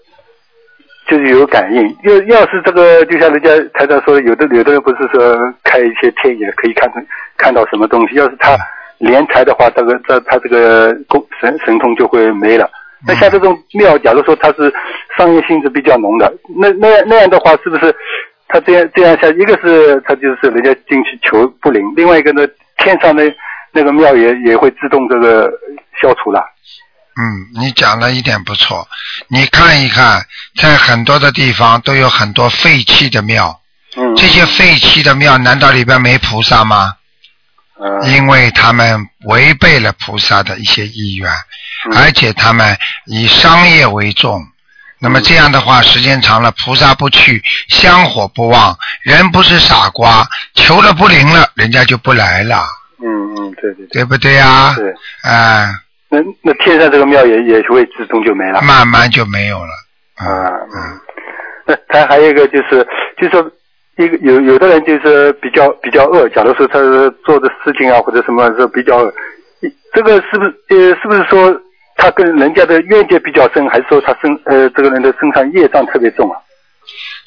[SPEAKER 6] 就是有感应，要要是这个就像人家台长说的，有的有的人不是说开一些天眼可以看出看到什么东西，要是他连财的话，这个这他这个功神神通就会没了。那像这种庙，假如说它是商业性质比较浓的，那那样那样的话，是不是他这样这样下，一个是他就是人家进去求不灵，另外一个呢，天上的那个庙也也会自动这个消除了。
[SPEAKER 1] 嗯，你讲的一点不错。你看一看，在很多的地方都有很多废弃的庙，
[SPEAKER 6] 嗯，
[SPEAKER 1] 这些废弃的庙，难道里边没菩萨吗？
[SPEAKER 6] 嗯
[SPEAKER 1] 因为他们违背了菩萨的一些意愿，
[SPEAKER 6] 嗯
[SPEAKER 1] 而且他们以商业为重。那么这样的话，时间长了，菩萨不去，香火不旺，人不是傻瓜，求了不灵了，人家就不来了，
[SPEAKER 6] 嗯嗯，对对对，
[SPEAKER 1] 对不对啊？
[SPEAKER 6] 对。
[SPEAKER 1] 哎、
[SPEAKER 6] 那那天上这个庙也也会最终就没了。
[SPEAKER 1] 慢慢就没有了。
[SPEAKER 6] 啊
[SPEAKER 1] 嗯，
[SPEAKER 6] 那他还有一个就是，就是说一个有有的人就是比较比较恶，假如说他做的事情啊或者什么是比较恶，这个是不是呃是不是说他跟人家的冤结比较深，还是说他身呃这个人的身上业障特别重啊？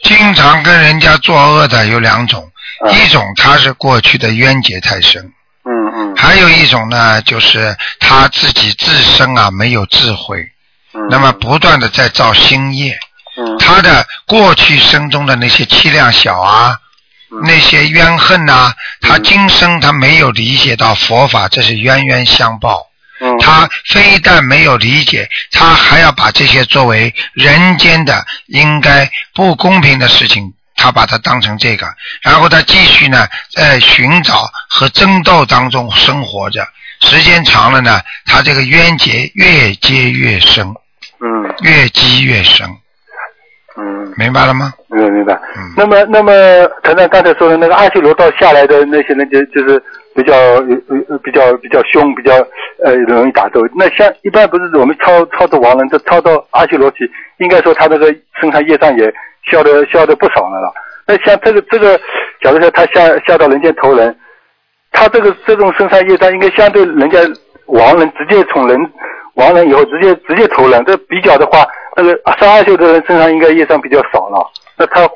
[SPEAKER 1] 经常跟人家作恶的有两种，
[SPEAKER 6] 啊
[SPEAKER 1] 一种他是过去的冤结太深，
[SPEAKER 6] 嗯嗯
[SPEAKER 1] 还有一种呢，就是他自己自身啊没有智慧，
[SPEAKER 6] 嗯，
[SPEAKER 1] 那么不断的在造新业，
[SPEAKER 6] 嗯
[SPEAKER 1] 他的过去生中的那些气量小啊，
[SPEAKER 6] 嗯
[SPEAKER 1] 那些冤恨呐、他
[SPEAKER 6] 嗯
[SPEAKER 1] 今生他没有理解到佛法，这是冤冤相报。
[SPEAKER 6] 嗯
[SPEAKER 1] 他非但没有理解，他还要把这些作为人间的应该不公平的事情，他把它当成这个，然后他继续呢在寻找和争斗当中生活着。时间长了呢，他这个冤结越结越深，
[SPEAKER 6] 嗯
[SPEAKER 1] 越积越深，
[SPEAKER 6] 嗯，
[SPEAKER 1] 明白了吗？
[SPEAKER 6] 明白明白。
[SPEAKER 1] 嗯
[SPEAKER 6] 那么，那么，谈谈刚才说的那个阿修罗道下来的那些人就，就是比较呃呃比较比较凶，比较呃容易打斗。那像一般不是我们超超度亡人，这超到阿修罗去，应该说他那个身上业障也消的消的不少了啦。那像这个这个，假如说他下下到人间投人，他这个这种身上业障应该相对人家亡人直接从人亡人以后直接直接投人，这比较的话，那个上阿修的人身上应该业障比较少了。那他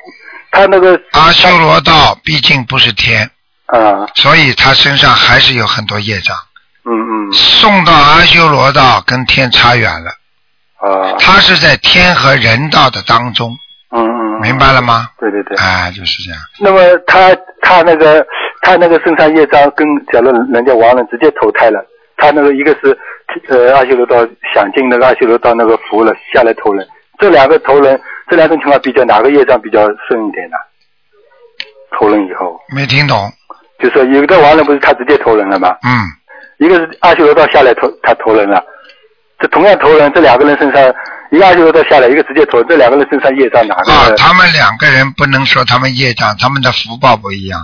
[SPEAKER 6] 他那个
[SPEAKER 1] 阿修罗道毕竟不是天，
[SPEAKER 6] 啊，
[SPEAKER 1] 所以他身上还是有很多业障。
[SPEAKER 6] 嗯嗯
[SPEAKER 1] 送到阿修罗道跟天差远了，
[SPEAKER 6] 啊，
[SPEAKER 1] 他是在天和人道的当中，
[SPEAKER 6] 嗯嗯，
[SPEAKER 1] 明白了吗？
[SPEAKER 6] 对对对。
[SPEAKER 1] 哎，就是这样。
[SPEAKER 6] 那么他他那个他那个身上业障跟假如人家亡人直接投胎了，他那个一个是呃阿修罗道想进那个阿修罗道那个服务了下来投人，这两个投人这两种情况比较哪个业障比较顺一点呢？投人以后，
[SPEAKER 1] 没听懂，
[SPEAKER 6] 就说有的亡人不是他直接投人了吗？
[SPEAKER 1] 嗯，
[SPEAKER 6] 一个是阿修罗道下来投他投人了，这同样投人，这两个人身上一个阿修罗道下来，一个直接投人，这两个人身上业障哪个
[SPEAKER 1] 啊，他们两个人不能说他们业障，他们的福报不一样。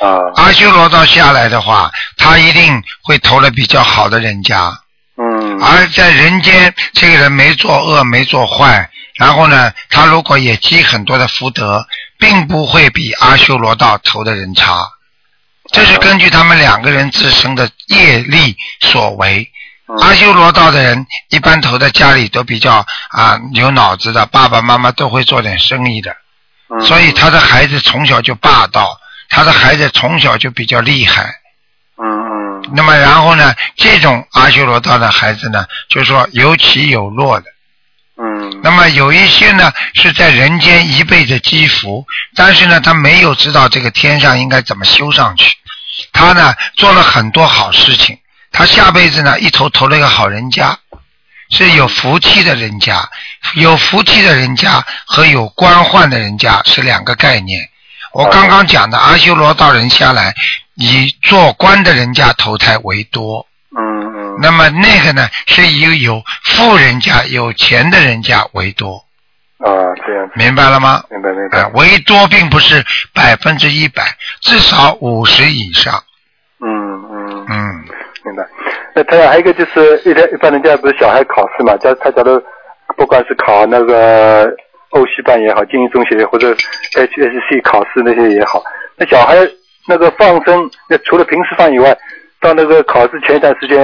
[SPEAKER 6] 啊？
[SPEAKER 1] 阿修罗道下来的话，他一定会投了比较好的人家，
[SPEAKER 6] 嗯
[SPEAKER 1] 而在人间，这个人没作恶，没做坏，然后呢，他如果也积很多的福德，并不会比阿修罗道投的人差。这是根据他们两个人自身的业力所为。
[SPEAKER 6] 嗯
[SPEAKER 1] 阿修罗道的人一般投在家里都比较啊有脑子的，爸爸妈妈都会做点生意的，
[SPEAKER 6] 嗯
[SPEAKER 1] 所以他的孩子从小就霸道，他的孩子从小就比较厉害。
[SPEAKER 6] 嗯嗯
[SPEAKER 1] 那么然后呢，这种阿修罗道的孩子呢，就是说有起有落的。
[SPEAKER 6] 嗯
[SPEAKER 1] 那么有一些呢是在人间一辈子积福，但是呢他没有知道这个天上应该怎么修上去。他呢做了很多好事情，他下辈子呢一头投了一个好人家，是有福气的人家，有福气的人家和有官宦的人家是两个概念。我刚刚讲的阿修罗道人下来，以做官的人家投胎为多。
[SPEAKER 6] 嗯嗯
[SPEAKER 1] 那么那个呢，是以有富人家、有钱的人家为多，
[SPEAKER 6] 啊，这样子，
[SPEAKER 1] 明白了吗？
[SPEAKER 6] 明白明
[SPEAKER 1] 啊
[SPEAKER 6] 白，，
[SPEAKER 1] 为多并不是百分之一百，至少五十以上。
[SPEAKER 6] 嗯嗯，
[SPEAKER 1] 嗯，
[SPEAKER 6] 明白。那他还有一个就是，一般一般人家不是小孩考试嘛，假如他假如不管是考那个欧西班也好，精英中学也好或者 HSC 考试那些也好，那小孩那个放生，那除了平时放以外，到那个考试前一段时间，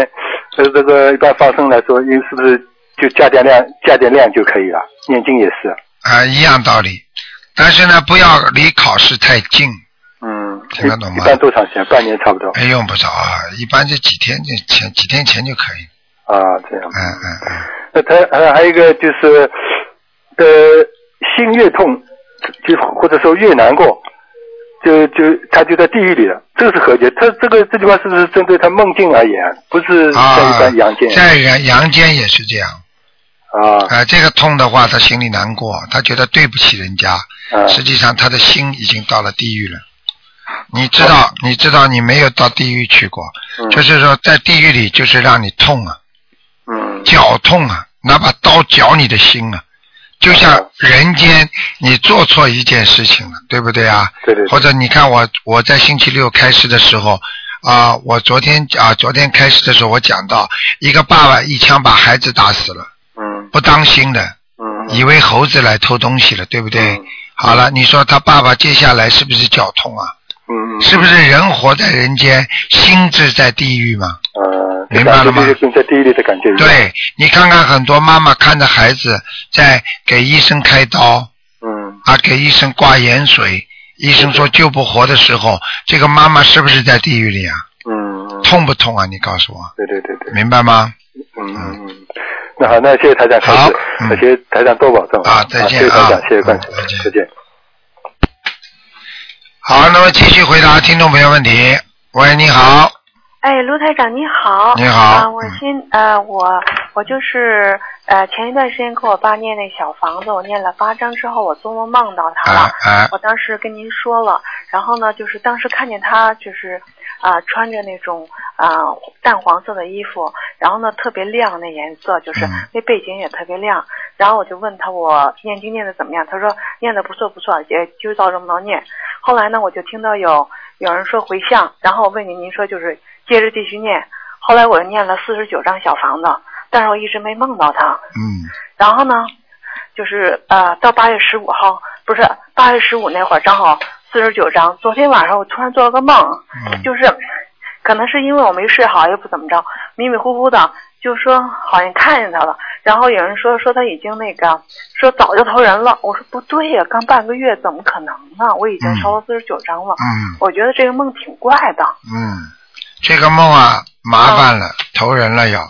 [SPEAKER 6] 呃，这个一般放生来说，因为是不是就加点量加点量就可以了？念经也是，
[SPEAKER 1] 啊，一样道理。但是呢，不要离考试太近，
[SPEAKER 6] 嗯，
[SPEAKER 1] 听得懂吗
[SPEAKER 6] 一般多长时间？半年差不多
[SPEAKER 1] 哎，用不着啊，一般就几天就前几天前就可以。
[SPEAKER 6] 啊，这样。
[SPEAKER 1] 嗯嗯嗯，
[SPEAKER 6] 那他还还有一个就是，呃，心越痛，就或者说越难过，就就他就在地狱里了。这个是和解，他这个这句话是不是针对他梦境而言，不是在一
[SPEAKER 1] 啊
[SPEAKER 6] 般阳间，
[SPEAKER 1] 在人阳间也是这样。
[SPEAKER 6] 啊？
[SPEAKER 1] 啊，这个痛的话，他心里难过，他觉得对不起人家，
[SPEAKER 6] 啊
[SPEAKER 1] 实际上他的心已经到了地狱了。你知道，你知道你没有到地狱去过，
[SPEAKER 6] 啊嗯
[SPEAKER 1] 就是说在地狱里就是让你痛啊，
[SPEAKER 6] 嗯
[SPEAKER 1] 绞痛啊，拿把刀绞你的心啊，就像
[SPEAKER 6] 哦
[SPEAKER 1] 人间你做错一件事情了，对不对啊？
[SPEAKER 6] 对对对
[SPEAKER 1] 或者你看我我在星期六开始的时候啊、我昨天啊、昨天开始的时候我讲到一个爸爸一枪把孩子打死了，
[SPEAKER 6] 嗯
[SPEAKER 1] 不当心的，
[SPEAKER 6] 嗯
[SPEAKER 1] 以为猴子来偷东西了，对不对？
[SPEAKER 6] 嗯
[SPEAKER 1] 好了，你说他爸爸接下来是不是绞痛啊？
[SPEAKER 6] 嗯嗯
[SPEAKER 1] 是不是人活在人间，心智在地狱嘛？
[SPEAKER 6] 呃，
[SPEAKER 1] 明白了吗
[SPEAKER 6] 就跟在地狱里的感觉一样。
[SPEAKER 1] 对，你看看很多妈妈看着孩子在给医生开刀
[SPEAKER 6] 嗯
[SPEAKER 1] 啊，给医生挂盐水，医生说救不活的时候，这个妈妈是不是在地狱里啊？
[SPEAKER 6] 嗯，嗯
[SPEAKER 1] 痛不痛啊？你告诉我，
[SPEAKER 6] 对对对对，
[SPEAKER 1] 明白吗？
[SPEAKER 6] 嗯嗯嗯。那好，那谢谢台长开
[SPEAKER 1] 好
[SPEAKER 6] 始
[SPEAKER 1] 嗯，
[SPEAKER 6] 那谢谢台长多保重
[SPEAKER 1] 啊再
[SPEAKER 6] 谢
[SPEAKER 1] 见
[SPEAKER 6] 谢台
[SPEAKER 1] 啊
[SPEAKER 6] 长，谢谢关心
[SPEAKER 1] 嗯再见，
[SPEAKER 6] 再见。
[SPEAKER 1] 好，那么继续回答听众朋友问题。喂，你好，
[SPEAKER 7] 哎，卢台长你好。
[SPEAKER 1] 你好
[SPEAKER 7] 啊、我
[SPEAKER 1] 嗯
[SPEAKER 7] 先呃，我我就是呃，前一段时间给我爸念那小房子，我念了八章之后，我做梦梦到他了。
[SPEAKER 1] 啊啊
[SPEAKER 7] 我当时跟您说了，然后呢，就是当时看见他就是啊、穿着那种啊、淡黄色的衣服，然后呢特别亮那颜色，就是
[SPEAKER 1] 嗯
[SPEAKER 7] 那背景也特别亮。然后我就问他我念经念的怎么样，他说念的不错不错，也就照这么能念。后来呢，我就听到有有人说回向，然后我问您，您说就是接着继续念。后来我念了四十九张小房子，但是我一直没梦到他。
[SPEAKER 1] 嗯
[SPEAKER 7] 然后呢，就是呃，到八月十五号，不是八月十五那会儿，正好四十九章。昨天晚上我突然做了个梦，
[SPEAKER 1] 嗯
[SPEAKER 7] 就是可能是因为我没睡好，也不怎么着，迷迷糊糊的，就说好像看见他了。然后有人说说他已经那个说早就投人了，我说不对呀、刚半个月怎么可能呢？我已经超过四十九章了。
[SPEAKER 1] 嗯
[SPEAKER 7] 我觉得这个梦挺怪的，
[SPEAKER 1] 嗯，这个梦啊，麻烦了，投人了要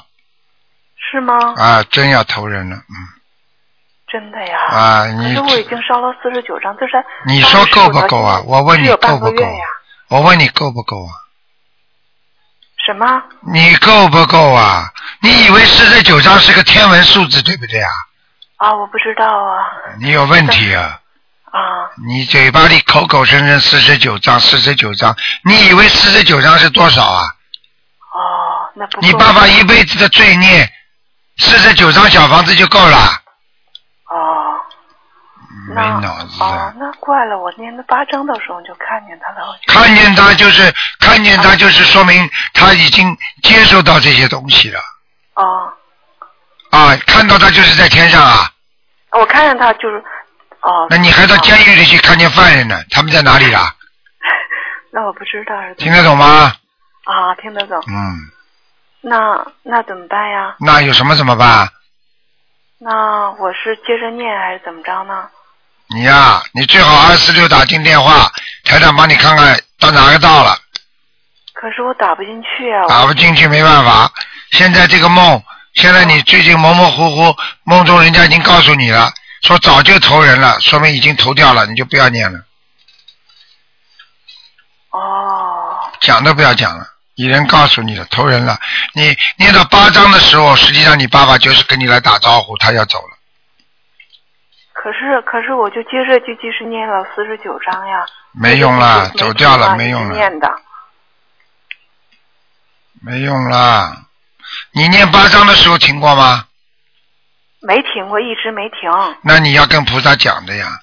[SPEAKER 7] 是吗？
[SPEAKER 1] 啊，真要投人了，嗯
[SPEAKER 7] 真的呀。
[SPEAKER 1] 啊，
[SPEAKER 7] 可
[SPEAKER 1] 你
[SPEAKER 7] 是我已经烧了四十九章，就是
[SPEAKER 1] 你说够不够啊
[SPEAKER 7] 89
[SPEAKER 1] 我问你
[SPEAKER 7] 只有半
[SPEAKER 1] 够不
[SPEAKER 7] 个月
[SPEAKER 1] 够啊
[SPEAKER 7] 呀？
[SPEAKER 1] 我问你够不够啊？
[SPEAKER 7] 什么？
[SPEAKER 1] 你够不够啊？你以为四十九章是个天文数字，对不对啊？
[SPEAKER 7] 啊，我不知道啊
[SPEAKER 1] 你有问题啊！
[SPEAKER 7] 啊，
[SPEAKER 1] 你嘴巴里口口声声四十九章，四十九章，你以为四十九章是多少啊？
[SPEAKER 7] 哦，那不够
[SPEAKER 1] 你爸爸一辈子的罪孽，四十九章小房子就够了。
[SPEAKER 7] 哦，
[SPEAKER 1] 没
[SPEAKER 7] 那
[SPEAKER 1] 脑子
[SPEAKER 7] 哦
[SPEAKER 1] 啊，！
[SPEAKER 7] 那怪了，我念的八章的时候就看见他了，我就
[SPEAKER 1] 看见他就是看见他就是说明他已经接受到这些东西了
[SPEAKER 7] 哦，
[SPEAKER 1] 啊！看到他就是在天上啊，
[SPEAKER 7] 我看见他就是哦，
[SPEAKER 1] 那你还到监
[SPEAKER 7] 狱？
[SPEAKER 1] 狱里去看见犯人呢？他们在哪里啦？
[SPEAKER 7] 哦那我不知道是怎
[SPEAKER 1] 听
[SPEAKER 7] 么
[SPEAKER 1] 得懂吗？
[SPEAKER 7] 啊，听得懂？
[SPEAKER 1] 嗯。
[SPEAKER 7] 那那怎么办呀？
[SPEAKER 1] 那有什么怎么办？
[SPEAKER 7] 那我是接着念还是怎么着呢？
[SPEAKER 1] 你呀、你最好二四六打进电话，台长帮你看看到哪个道了，
[SPEAKER 7] 可是我打不进去啊，
[SPEAKER 1] 打不进去没办法。现在这个梦，现在你最近模模糊糊，梦中人家已经告诉你了，说早就投人了，说明已经投掉了，你就不要念了，
[SPEAKER 7] 我哦，
[SPEAKER 1] 讲都不要讲了。已经告诉你了，投人了。你念到八章的时候，实际上你爸爸就是跟你来打招呼，他要走了。
[SPEAKER 7] 可是可是我就接着就继续念了四十九章呀，
[SPEAKER 1] 没用啦，
[SPEAKER 7] 就是
[SPEAKER 1] 啊走掉了，没
[SPEAKER 7] 没听话
[SPEAKER 1] 用
[SPEAKER 7] 一
[SPEAKER 1] 了。
[SPEAKER 7] 直念的。
[SPEAKER 1] 没用啦。你念八章的时候停过吗？
[SPEAKER 7] 没停过，一直没停。
[SPEAKER 1] 那你要跟菩萨讲的呀。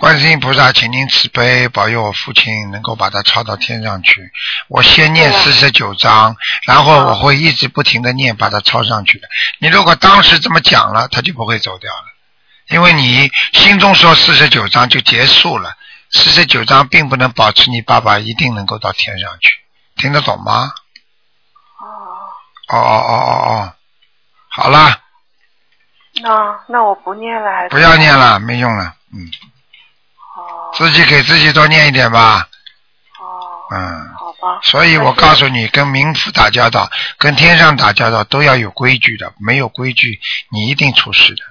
[SPEAKER 1] 观世音菩萨，请您慈悲，保佑我父亲能够把他抄到天上去。我先念
[SPEAKER 7] 对呀
[SPEAKER 1] 四十九章，然后我会一直不停的念，把他抄上去的。你如果当时这么讲了，他就不会走掉了，因为你心中说四十九章就结束了。四十九章并不能保持你爸爸一定能够到天上去，听得懂吗？
[SPEAKER 7] 哦，
[SPEAKER 1] 哦哦哦哦哦，好了。
[SPEAKER 7] 那那我不念了，还是
[SPEAKER 1] 不要念了，没用了，嗯，
[SPEAKER 7] 哦
[SPEAKER 1] 自己给自己多念一点吧，
[SPEAKER 7] 哦，
[SPEAKER 1] 嗯。
[SPEAKER 7] 好吧。
[SPEAKER 1] 所以我
[SPEAKER 7] 但
[SPEAKER 1] 告
[SPEAKER 7] 是
[SPEAKER 1] 诉你，跟冥府打交道，跟天上打交道都要有规矩的，没有规矩你一定出事的，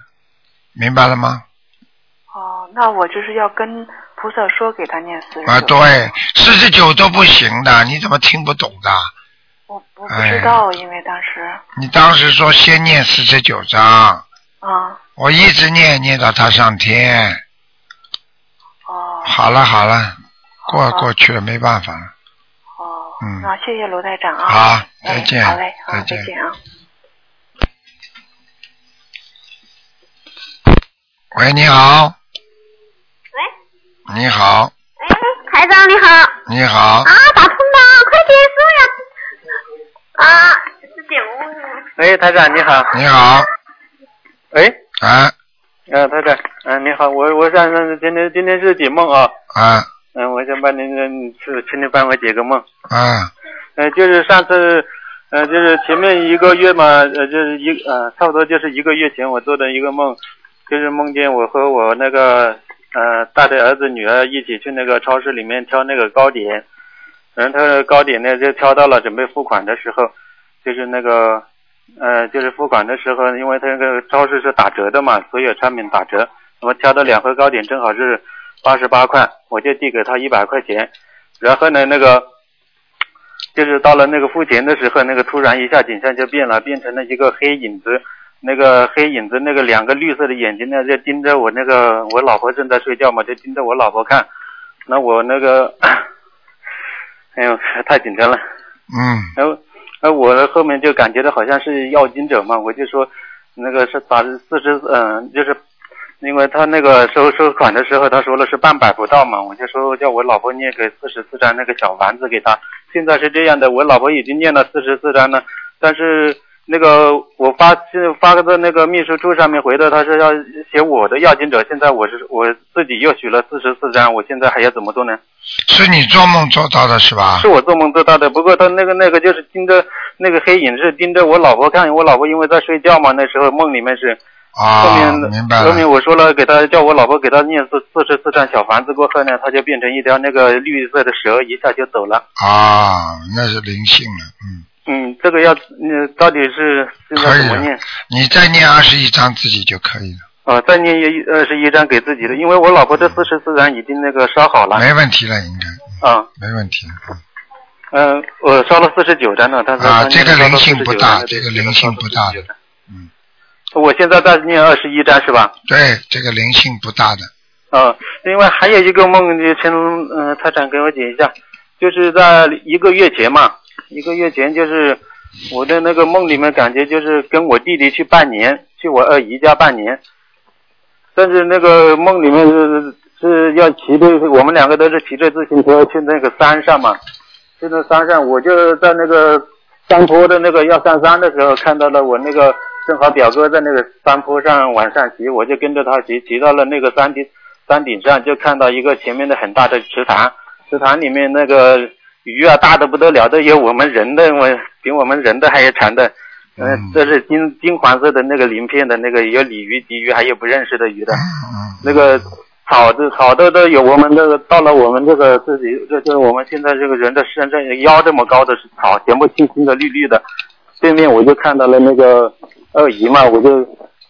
[SPEAKER 1] 明白了吗？
[SPEAKER 7] 哦，那我就是要跟菩萨说给他念四十
[SPEAKER 1] 啊，对，四十九都不行的，你怎么听不懂的？
[SPEAKER 7] 我我不
[SPEAKER 1] 哎
[SPEAKER 7] 知道，因为当时
[SPEAKER 1] 你当时说先念四十九章，
[SPEAKER 7] 啊
[SPEAKER 1] 我一直念念到他上天。
[SPEAKER 7] 哦
[SPEAKER 1] 好了好了，过过去了，没办法了。
[SPEAKER 7] 哦，
[SPEAKER 1] 嗯
[SPEAKER 7] 那谢谢罗台长啊。
[SPEAKER 1] 好，
[SPEAKER 7] 哎
[SPEAKER 1] 再见，
[SPEAKER 7] 好嘞，好，
[SPEAKER 1] 再
[SPEAKER 7] 再
[SPEAKER 1] 见。
[SPEAKER 7] 见啊。
[SPEAKER 1] 喂，你好，
[SPEAKER 8] 喂，
[SPEAKER 1] 你好，
[SPEAKER 8] 哎，台长你好，啊，
[SPEAKER 1] 你好，
[SPEAKER 8] 打通了，快结束呀！啊，十点五，
[SPEAKER 9] 喂，哎台长你好。
[SPEAKER 1] 你好，
[SPEAKER 9] 喂，
[SPEAKER 1] 啊
[SPEAKER 9] 嗯、台长，嗯、你好，我我想让今天今天是解梦啊，
[SPEAKER 1] 啊
[SPEAKER 9] 嗯、我想帮您嗯是请你帮我解个梦，
[SPEAKER 1] 啊
[SPEAKER 9] 嗯、就是上次，呃，就是前面一个月嘛，呃，就是一呃，差不多就是一个月前我做的一个梦，就是梦见我和我那个呃大的儿子女儿一起去那个超市里面挑那个糕点，然后他的糕点呢就挑到了，准备付款的时候，就是那个呃就是付款的时候，因为他那个超市是打折的嘛，所有产品打折，那么挑的两盒糕点正好是八十八块，我就递给他一百块钱，然后呢那个。就是到了那个付钱的时候，那个突然一下景象就变了，变成了一个黑影子，那个黑影子，那个两个绿色的眼睛呢，就盯着我那个我老婆正在睡觉嘛，就盯着我老婆看。那我那个， 哎呦，太紧张了。
[SPEAKER 1] 嗯
[SPEAKER 9] 然后，然后哎我后面就感觉到好像是要经者嘛，我就说那个是打四十，嗯，就是因为他那个收收款的时候，他说了是半百不到嘛，我就说叫我老婆念给四十四张那个小丸子给他。现在是这样的，我老婆已经念了四十四张了，但是那个我发发到那个秘书处上面回的，他是要写我的要经者，现在我是我自己又许了四十四张，我现在还要怎么做呢？
[SPEAKER 1] 是你做梦做到的是吧
[SPEAKER 9] 是？我做梦做到的，不过他那个那个就是盯着那个黑影是盯着我老婆看，我老婆因为在睡觉嘛，那时候梦里面是后
[SPEAKER 1] 啊
[SPEAKER 9] 面、，
[SPEAKER 1] 明白
[SPEAKER 9] 后
[SPEAKER 1] 了
[SPEAKER 9] 面。我说了给他叫我老婆给他念四四十四张小房子过后呢，他就变成一条那个绿色的蛇，一下就走了。
[SPEAKER 1] 啊，那是灵性了，嗯，
[SPEAKER 9] 嗯，这个要嗯到底是现在怎么
[SPEAKER 1] 啊
[SPEAKER 9] 念？
[SPEAKER 1] 你再念二十一章自己就可以了，
[SPEAKER 9] 啊、再念一二十一张给自己的，因为我老婆这四十四张已经那个烧好了。
[SPEAKER 1] 没问题了，应该
[SPEAKER 9] 啊，
[SPEAKER 1] 没问题了。嗯
[SPEAKER 9] 嗯、我烧了四十九张了，但是
[SPEAKER 1] 啊
[SPEAKER 9] 她
[SPEAKER 1] 这个
[SPEAKER 9] 念
[SPEAKER 1] 灵
[SPEAKER 9] 了
[SPEAKER 1] 性
[SPEAKER 9] 49
[SPEAKER 1] 不大
[SPEAKER 9] 张
[SPEAKER 1] 这个灵性不大的。嗯
[SPEAKER 9] 嗯，我现在在念二十一张是吧？
[SPEAKER 1] 对，这个灵性不大的，
[SPEAKER 9] 啊，另外还有一个梦，你请嗯，台长给我解一下，就是在一个月前嘛，一个月前就是我的那个梦里面，感觉就是跟我弟弟去拜年，去我二姨家拜年，但是那个梦里面是是要骑着，我们两个都是骑着自行车去那个山上嘛，去那山上，我就在那个山坡的那个要上山的时候，看到了我那个正好表哥在那个山坡上往上骑，我就跟着他骑，骑到了那个山顶山顶上，就看到一个前面的很大的池塘，池塘里面那个鱼啊大的不得了，都有我们人的，我比我们人的还要长的。呃
[SPEAKER 1] 嗯，
[SPEAKER 9] 这是金金黄色的那个鳞片的那个，有鲤鱼、鲫鱼，还有不认识的鱼的。
[SPEAKER 1] 嗯
[SPEAKER 9] 那个草的草的都有我们这个到了我们这个自己，这就是我们现在这个人的身上腰这么高的是草，全部青青的绿绿的。对面我就看到了那个二姨嘛，我就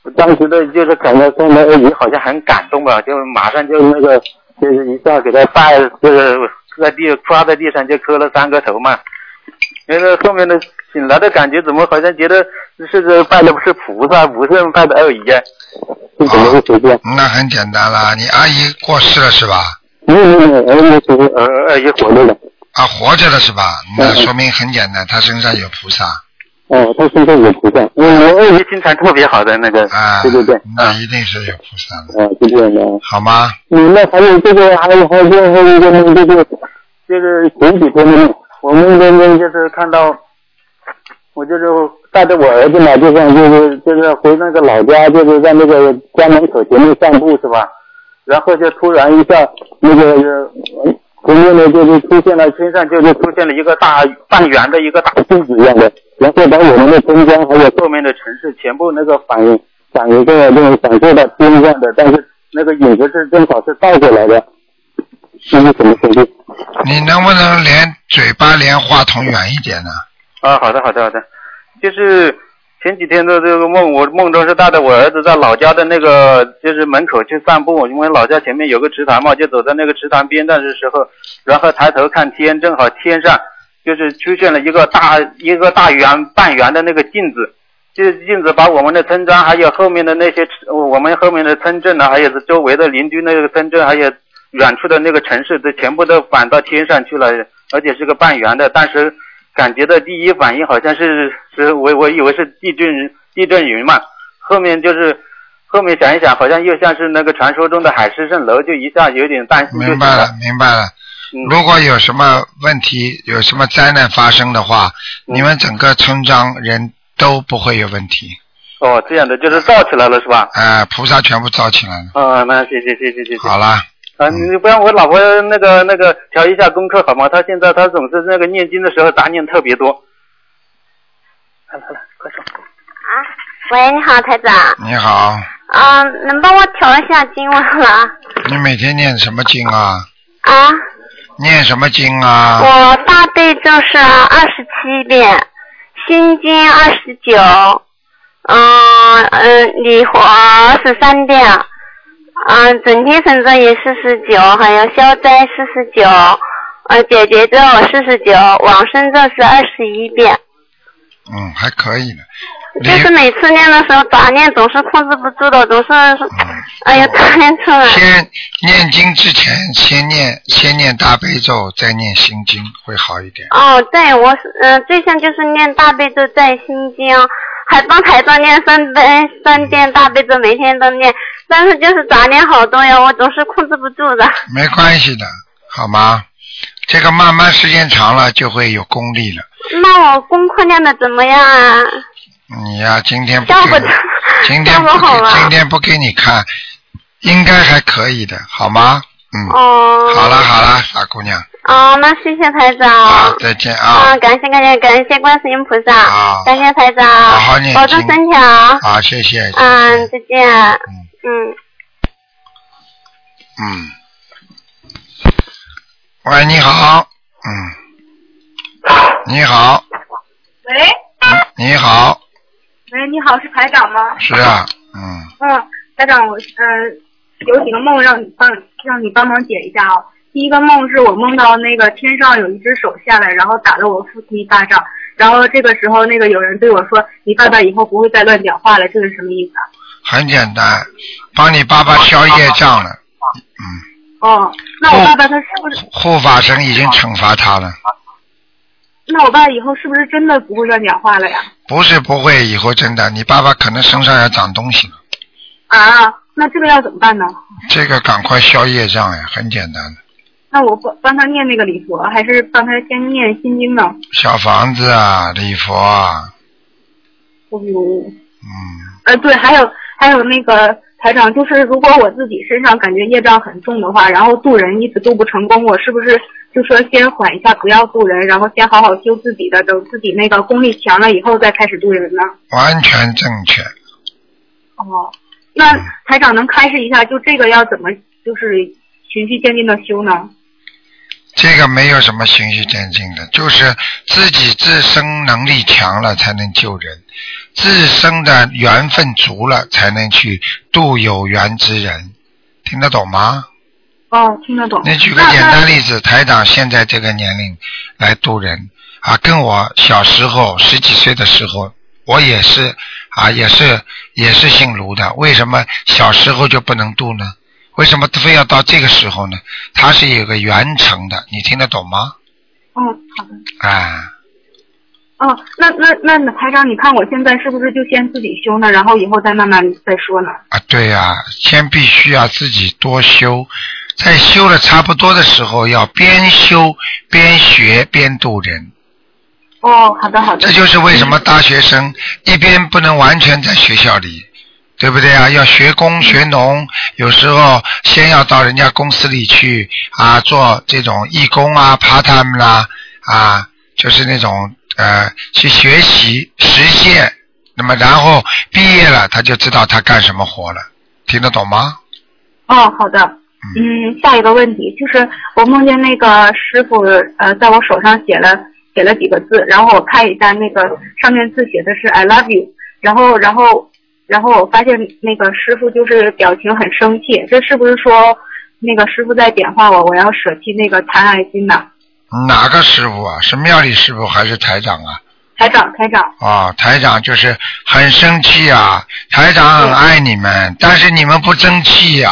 [SPEAKER 9] 我当时的就是感觉看到二姨好像很感动吧，就马上就那个就是一下给她拜，就是在地趴在地上就磕了三个头嘛。那个后面的醒来的感觉，怎么好像觉得是这拜的不是菩萨，不是拜的二姨啊？是怎么个回事啊？
[SPEAKER 1] 那很简单啦，你阿姨过世了是吧？
[SPEAKER 9] 没有没有，没有没有没有呃呃也活着了，
[SPEAKER 1] 啊，活着了是吧？那
[SPEAKER 9] 嗯嗯
[SPEAKER 1] 说明很简单，她身上有菩萨
[SPEAKER 9] 哦，他现在也不
[SPEAKER 6] 嗯
[SPEAKER 9] 在，因为我二嗯姨心肠特别好的那个，
[SPEAKER 1] 啊，
[SPEAKER 9] 对对对，
[SPEAKER 1] 那
[SPEAKER 9] 啊，
[SPEAKER 1] 一定是有菩萨的，
[SPEAKER 9] 啊就这样的。
[SPEAKER 1] 好吗？
[SPEAKER 9] 嗯，那还有这个，还有还有还有一个那个就是就是前几天的梦，我们那边就是看到，我就是带着我儿子嘛，就像就是就是回那个老家，就是在那个家门口前面散步是吧？然后就突然一下，那个呃前面呢就是出现了天上就是出现了一个大半圆的一个大柱子一样的，然后把我们的东江还有后面的城市全部那个反反一个那种反射到天上的，但是那个影子是正好是倒过来的，这是怎么回事？
[SPEAKER 1] 你能不能连嘴巴连话筒远一点呢？
[SPEAKER 9] 啊，好的，好的，好的，就是前几天的这个梦，我梦中是带着我儿子在老家的那个就是门口去散步，因为老家前面有个池塘嘛，就走在那个池塘边的时候，然后抬头看天，正好天上就是出现了一个大一个大圆半圆的那个镜子。这镜子把我们的村庄，还有后面的那些，我们后面的村镇呢，还有周围的邻居那个村镇，还有远处的那个城市都全部都反到天上去了，而且是个半圆的。当时感觉到第一反应好像是是我我以为是地震地震云嘛，后面就是后面想一想，好像又像是那个传说中的海市蜃楼，就一下有点担心。
[SPEAKER 1] 明白
[SPEAKER 9] 嗯
[SPEAKER 1] 了，明白了。如果有什么问题、有什么灾难发生的话，
[SPEAKER 9] 嗯
[SPEAKER 1] 你们整个村庄人都不会有问题。
[SPEAKER 9] 哦，这样的就是造起来了是吧？
[SPEAKER 1] 哎、菩萨全部造起来了。
[SPEAKER 9] 啊，那谢谢谢谢谢谢。
[SPEAKER 1] 嗯好啦，
[SPEAKER 9] 啊，你不然我老婆那个那个调一下功课好吗？她现在她总是那个念经的时候杂念特别多。好了好了，快说。
[SPEAKER 8] 喂，你好，台长。
[SPEAKER 1] 你好，
[SPEAKER 8] 啊，能帮我调一下经文了啊？
[SPEAKER 1] 你每天念什么经啊？
[SPEAKER 8] 啊，
[SPEAKER 1] 念什么经啊？
[SPEAKER 9] 哦
[SPEAKER 8] 我大悲咒是二十七遍，心经二十九，嗯嗯，礼佛二十三遍，嗯，准提神咒也四十九，还有消灾四十九，呃，解结咒四十九，往生咒是二十一遍。
[SPEAKER 1] 嗯，还可以的。
[SPEAKER 8] 就是每次念的时候杂念总是控制不住的，总是，哎呀，杂念出来。
[SPEAKER 1] 先念经之前，先念先念大悲咒，再念心经，会好一点。
[SPEAKER 8] 哦，对，我是嗯、呃最想就是念大悲咒在心经，还帮台长念三遍三遍大悲咒，每天都念，但是就是杂念好多呀，我总是控制不住的。
[SPEAKER 1] 没关系的，好吗？这个慢慢时间长了就会有功力了。
[SPEAKER 8] 那我功课练的怎么样啊？
[SPEAKER 1] 你呀、今天不
[SPEAKER 8] 效果
[SPEAKER 1] 给，今天
[SPEAKER 8] 效
[SPEAKER 1] 不
[SPEAKER 8] 果好
[SPEAKER 1] 给，
[SPEAKER 8] 吗
[SPEAKER 1] 今天不给你看，应该还可以的，好吗？嗯，
[SPEAKER 8] 哦。
[SPEAKER 1] 好了好了，傻姑娘，
[SPEAKER 8] 哦，那谢谢台长。啊
[SPEAKER 1] 再见啊，
[SPEAKER 8] 感谢感谢感谢观世音菩萨，
[SPEAKER 1] 啊
[SPEAKER 8] 感谢台长，
[SPEAKER 1] 好念
[SPEAKER 8] 保重
[SPEAKER 1] 经
[SPEAKER 8] 身体啊。
[SPEAKER 1] 好，谢谢，
[SPEAKER 8] 嗯，再见。嗯。
[SPEAKER 1] 嗯。喂，你好，嗯，你好，
[SPEAKER 10] 喂，
[SPEAKER 1] 你好，
[SPEAKER 10] 喂，你好，是台长吗？
[SPEAKER 1] 是啊，
[SPEAKER 10] 嗯，台长，我呃有几个梦让你帮让你帮忙解一下啊、第一个梦是我梦到那个天上有一只手下来，然后打了我父亲一巴掌，然后这个时候那个有人对我说：“你爸爸以后不会再乱讲话了。”这是什么意思啊？
[SPEAKER 1] 很简单，帮你爸爸消业障了，
[SPEAKER 10] 哦，那我爸爸他是不是？
[SPEAKER 1] 护法神已经惩罚他了，
[SPEAKER 10] 那我爸以后是不是真的不会乱讲话了呀？
[SPEAKER 1] 不是不会，以后真的，你爸爸可能身上要长东西了，
[SPEAKER 10] 啊，那这个要怎么办呢？
[SPEAKER 1] 这个赶快消业障呀，很简单的。
[SPEAKER 10] 那我帮帮他念那个礼佛，还是帮他先念心经呢？
[SPEAKER 1] 小房子啊，礼佛啊，
[SPEAKER 10] 嗯，呃，对，还有还有那个台长，就是如果我自己身上感觉业障很重的话，然后渡人一直渡不成功，我是不是就说先缓一下，不要渡人，然后先好好修自己的，等自己那个功力强了以后再开始渡人呢？
[SPEAKER 1] 完全正确。
[SPEAKER 10] 哦，那台长能开示一下，就这个要怎么就是循序渐进的修呢？
[SPEAKER 1] 这个没有什么循序渐进的，就是自己自身能力强了才能救人，自身的缘分足了才能去度有缘之人，听得懂吗？
[SPEAKER 10] 哦，听得懂。
[SPEAKER 1] 你举个
[SPEAKER 10] 那
[SPEAKER 1] 简单例
[SPEAKER 10] 那
[SPEAKER 1] 子，台长现在这个年龄来度人啊，跟我小时候十几岁的时候，我也是啊，也是也是姓卢的，为什么小时候就不能度呢？为什么非要到这个时候呢？它是有个缘成的，你听得懂吗？
[SPEAKER 10] 哦，好的。
[SPEAKER 1] 啊，
[SPEAKER 10] 哦，那那那那台长，你看我现在是不是就先自己修呢，然后以后再慢慢再说呢？
[SPEAKER 1] 啊，对呀、先必须要自己多修，在修了差不多的时候，要边修边学边度人。
[SPEAKER 10] 哦，好的好的。
[SPEAKER 1] 这就是为什么大学生一边不能完全在学校里，对不对啊？要学工学农，有时候先要到人家公司里去啊，做这种义工啊、part time 啦啊，就是那种呃去学习实践。那么然后毕业了，他就知道他干什么活了，听得懂吗？
[SPEAKER 10] 哦，好的。嗯，下一个问题就是我梦见那个师傅呃，在我手上写了写了几个字，然后我看一下那个上面字写的是 I love you，然后然后然后我发现那个师傅就是表情很生气，这是不是说那个师傅在点化我，我要舍弃那个贪爱心呢？
[SPEAKER 1] 哪个师傅啊？是庙里师傅还是台长啊？
[SPEAKER 10] 台长，台长，
[SPEAKER 1] 啊、台长就是很生气啊，台长很爱你们，但是你们不争气呀、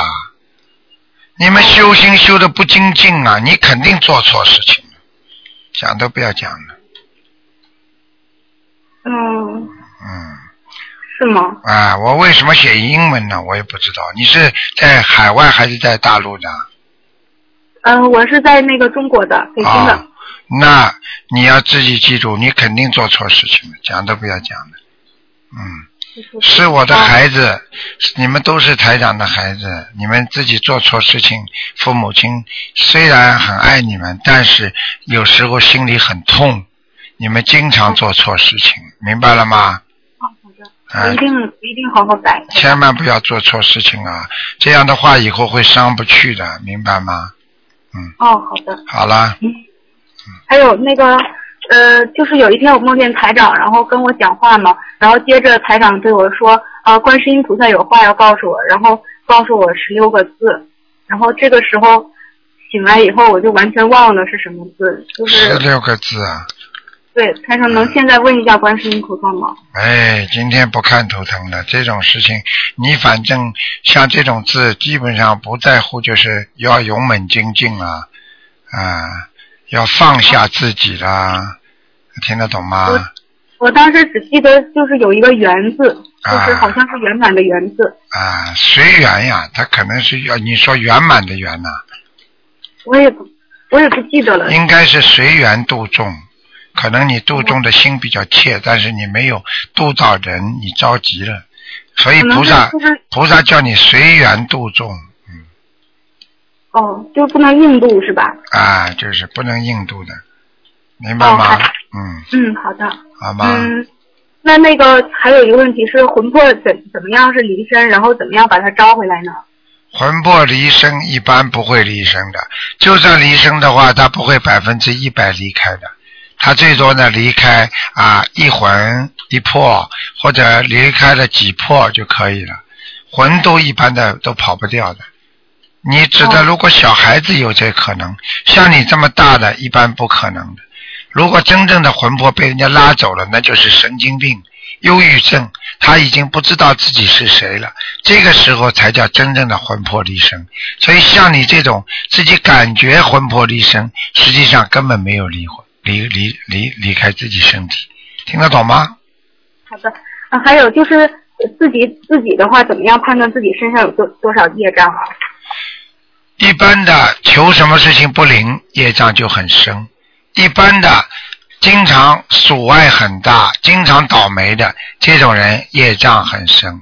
[SPEAKER 1] 你们修心修的不精进啊，你肯定做错事情了，讲都不要讲了，
[SPEAKER 10] 嗯，
[SPEAKER 1] 嗯。
[SPEAKER 10] 是吗？
[SPEAKER 1] 啊，我为什么写英文呢？我也不知道。你是在海外还是在大陆的？
[SPEAKER 10] 嗯、我是在那个中国的北京的。
[SPEAKER 1] 啊，那你要自己记住，你肯定做错事情了，讲都不要讲了。嗯，是我的孩子，你们都是台长的孩子，你们自己做错事情，父母亲虽然很爱你们，但是有时候心里很痛，你们经
[SPEAKER 10] 嗯
[SPEAKER 1] 常做错事情，明白了吗？啊
[SPEAKER 10] 我一定我一定好好改。
[SPEAKER 1] 千万不要做错事情啊！这样的话以后会上不去的，明白吗？
[SPEAKER 10] 哦，好的。
[SPEAKER 1] 嗯好啦，
[SPEAKER 10] 嗯还有那个，呃，就是有一天我梦见台长，然后跟我讲话嘛，然后接着台长对我说，啊、观世音菩萨有话要告诉我，然后告诉我十六个字，然后这个时候醒来以后，我就完全忘了是什么字，就是
[SPEAKER 1] 十六嗯个字啊！
[SPEAKER 10] 对台长能现在问一下观世音菩萨吗？
[SPEAKER 1] 哎，今天不看头疼了，这种事情你反正像这种字，基本上不在乎，就是要勇猛精进啊，啊，要放下自己啦，听得懂吗？
[SPEAKER 10] 我当时只记得就是有一个圆字，就是
[SPEAKER 1] 啊
[SPEAKER 10] 好像是圆满的圆字，
[SPEAKER 1] 啊，随缘呀，他可能是要你说圆满的圆呐、
[SPEAKER 10] 我也不我也不记得了。
[SPEAKER 1] 应该是随缘度众。可能你度众的心比较切，
[SPEAKER 10] 嗯
[SPEAKER 1] 但是你没有度到人，你着急了，所以
[SPEAKER 10] 可能
[SPEAKER 1] 菩萨
[SPEAKER 10] 是就是
[SPEAKER 1] 菩萨叫你随缘度众
[SPEAKER 10] 哦，就是不能硬度是吧？
[SPEAKER 1] 啊，就是不能硬度的，明白吗？嗯，
[SPEAKER 10] 嗯，好的。
[SPEAKER 1] 好吗？
[SPEAKER 10] 哦嗯，那那个还有一个问题是，魂魄怎怎么样是离身，然后怎么样把它招回来呢？
[SPEAKER 1] 魂魄离身一般不会离身的，就算离身的话，他不会百分之一百离开的，他最多呢离开啊一魂一魄，或者离开了几魄就可以了，魂都一般的都跑不掉的。你指的如果小孩子有这可能，像你这么大的，一般不可能的。如果真正的魂魄被人家拉走了，那就是神经病、忧郁症，他已经不知道自己是谁了。这个时候才叫真正的魂魄离身。所以像你这种自己感觉魂魄离身，实际上根本没有离魂离离离离开自己身体，听得懂吗？
[SPEAKER 10] 好的，啊，还有就是呃自己自己的话，怎么样判断自己身上有多多少业障啊？
[SPEAKER 1] 一般的求什么事情不灵，业障就很深；一般的经常阻碍很大、经常倒霉的这种人，业障很深。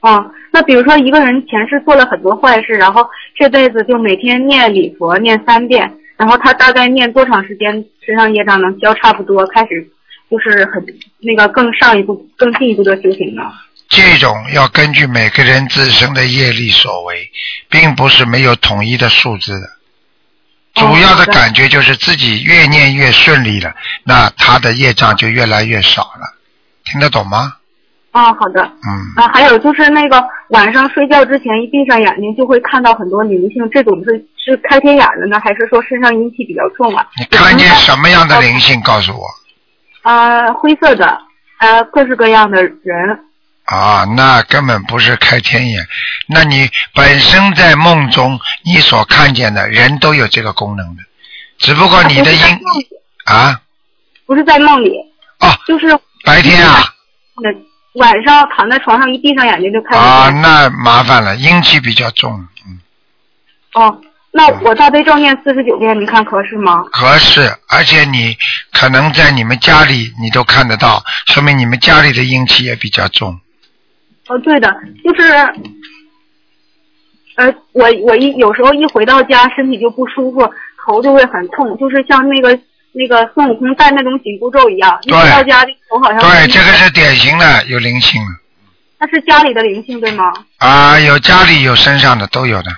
[SPEAKER 10] 啊，那比如说一个人前世做了很多坏事，然后这辈子就每天念礼佛念三遍，然后他大概念多长时间，身上业障能消差不多，开始就是很那个更上一步、更进一步的修行呢？
[SPEAKER 1] 这种要根据每个人自身的业力所为，并不是没有统一的数字的。主要的感觉就是自己越念越顺利了，那他的业障就越来越少了。听得懂吗？
[SPEAKER 10] 啊，好的。
[SPEAKER 1] 嗯，
[SPEAKER 10] 啊，还有就是那个晚上睡觉之前一闭上眼睛就会看到很多灵性，这种是是开天眼的呢，还是说身上阴气比较重啊？
[SPEAKER 1] 你看见什么样的灵性告诉我？
[SPEAKER 10] 啊，灰色的，呃、各式各样的人。
[SPEAKER 1] 啊，那根本不是开天眼，那你本身在梦中你所看见的人都有这个功能的，只不过你的因啊
[SPEAKER 10] 不是在梦里，
[SPEAKER 1] 哦，
[SPEAKER 10] 就是
[SPEAKER 1] 白天啊
[SPEAKER 10] 那晚上躺在床上一闭上眼睛就看到。
[SPEAKER 1] 啊，那麻烦了，阴气比较重，
[SPEAKER 10] 哦，那
[SPEAKER 1] 啊
[SPEAKER 10] 我大悲咒念四十九遍，您看合适吗？
[SPEAKER 1] 合适，而且你可能在你们家里你都看得到，说明你们家里的阴气也比较重。
[SPEAKER 10] 哦，对的，就是，呃，我我一有时候一回到家，身体就不舒服，头就会很痛，就是像那个那个孙悟空戴那种紧箍咒一样，一
[SPEAKER 1] 对
[SPEAKER 10] 回到家头好像
[SPEAKER 1] 对，这个是典型的有灵性了
[SPEAKER 10] 那是家里的灵性对吗？
[SPEAKER 1] 啊，有家里有身上的都有的，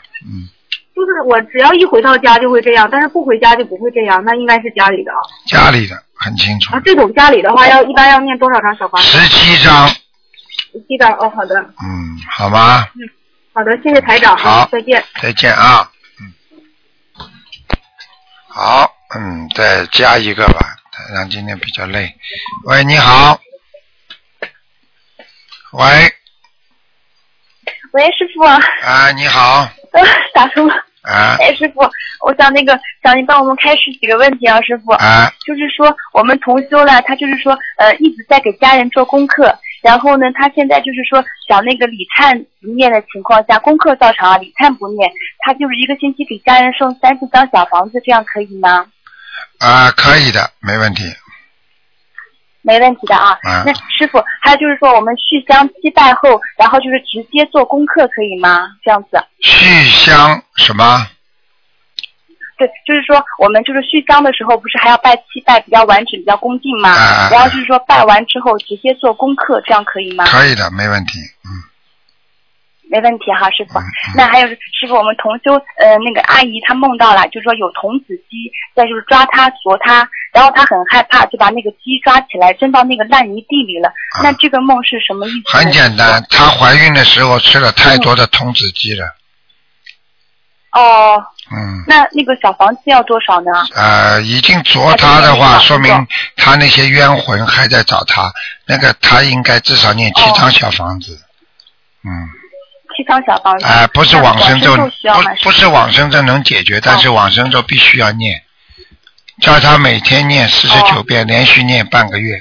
[SPEAKER 10] 就是我只要一回到家就会这样，但是不回家就不会这样，那应该是家里的啊。
[SPEAKER 1] 家里的很清楚
[SPEAKER 10] 啊，，这种家里的话要一般要念多少张小房子？
[SPEAKER 1] 十七张，
[SPEAKER 10] 记得哦，好的，
[SPEAKER 1] 嗯，好吗？
[SPEAKER 10] 好的，谢谢台长，
[SPEAKER 1] 好
[SPEAKER 10] 再见。
[SPEAKER 1] 再见啊，嗯，好，嗯，再加一个吧，台长今天比较累。喂，你好，喂，
[SPEAKER 11] 喂，师傅，
[SPEAKER 1] 啊，你好，
[SPEAKER 12] 呃，打通了。
[SPEAKER 1] 啊
[SPEAKER 12] 哎，师傅，我想那个，想你帮我们开始几个问题啊，师傅。
[SPEAKER 1] 啊。
[SPEAKER 12] 就是说，我们同修呢，他就是说，呃，一直在给家人做功课，然后呢，他现在就是说，想那个礼忏不念的情况下，功课照常啊，礼忏不念，他就是一个星期给家人送三十张小房子，这样可以吗？
[SPEAKER 1] 啊，可以的，没问题。
[SPEAKER 12] 没问题的啊。
[SPEAKER 1] 嗯
[SPEAKER 12] 那师傅，还有就是说，我们续香七拜后，然后就是直接做功课可以吗？这样子。
[SPEAKER 1] 续香什么？
[SPEAKER 12] 对，就是说我们就是续香的时候，不是还要拜七拜比较完整、比较恭敬吗？
[SPEAKER 1] 啊
[SPEAKER 12] 然后就是说拜完之后直接做功课，这样可以吗？
[SPEAKER 1] 可以的，没问题。
[SPEAKER 12] 没问题哈，师
[SPEAKER 1] 嗯
[SPEAKER 12] 傅。那还有师傅，我们同修呃那个阿姨她梦到了，就是说有童子鸡在就是抓她啄她，然后她很害怕，就把那个鸡抓起来扔到那个烂泥地里了。那这个梦是什么意思呢？
[SPEAKER 1] 啊很简单，
[SPEAKER 12] 嗯
[SPEAKER 1] 她怀孕的时候吃了太多的童子鸡了，
[SPEAKER 12] 哦，
[SPEAKER 1] 嗯，
[SPEAKER 12] 那那个小房子要多少呢？
[SPEAKER 1] 呃，已经啄她的话，说明她那些冤魂还在找她，那个她应该至少念七
[SPEAKER 12] 哦
[SPEAKER 1] 张小房子，嗯，
[SPEAKER 12] 七张小房子。
[SPEAKER 1] 哎、不是
[SPEAKER 12] 那
[SPEAKER 1] 往生
[SPEAKER 12] 生
[SPEAKER 1] 咒，
[SPEAKER 12] 需要吗？哦
[SPEAKER 1] 不不是往生咒能解决，但是往生咒必须要念，叫她每天念四十九遍，连续念半个月，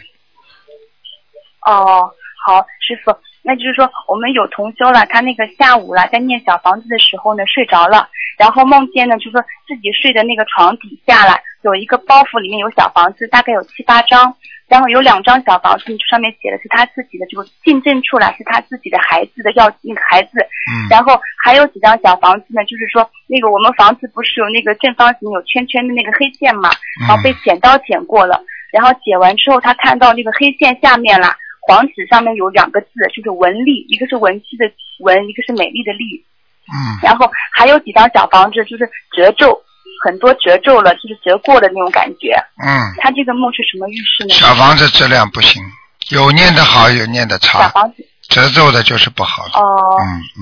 [SPEAKER 12] 哦，好，师傅，那就是说我们有同修了，他那个下午了，在念小房子的时候呢，睡着了，然后梦见呢，就说自己睡的那个床底下了，有一个包袱，里面有小房子，大概有七八张，然后有两张小房子，上面写的是他自己的，这个进证处了，是他自己的孩子的要那个孩子，
[SPEAKER 1] 嗯
[SPEAKER 12] 然后还有几张小房子呢，就是说那个我们房子不是有那个正方形有圈圈的那个黑线嘛，
[SPEAKER 1] 嗯
[SPEAKER 12] 然后被剪刀剪过了，然后剪完之后他看到那个黑线下面啦，黄纸上面有两个字，就是文丽，一个是文字的文，一个是美丽的丽，
[SPEAKER 1] 嗯
[SPEAKER 12] 然后还有几张小房子就是褶皱，很多褶皱了，就是折过的那种感觉。
[SPEAKER 1] 嗯，
[SPEAKER 12] 他这个梦是什么预示呢？
[SPEAKER 1] 小房子质量不行，有念的好，有念的
[SPEAKER 12] 小
[SPEAKER 1] 差，
[SPEAKER 12] 房子
[SPEAKER 1] 褶皱的就是不好的，
[SPEAKER 12] 哦。
[SPEAKER 1] 嗯嗯。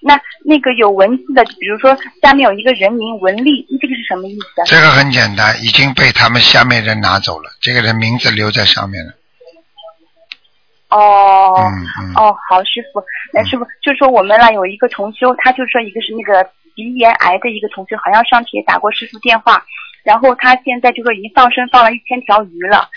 [SPEAKER 12] 那那个有文字的，比如说下面有一个人名文丽，这个是什么意思啊？
[SPEAKER 1] 这个很简单，已经被他们下面人拿走了，这个人名字留在上面了。
[SPEAKER 12] 哦、
[SPEAKER 1] 嗯嗯
[SPEAKER 12] 哦，好师傅，那师傅就说我们呢有一个同修，他就说一个是那个鼻咽癌的一个同修，好像上次也打过师傅电话，然后他现在就说已经放生放了一千条鱼了。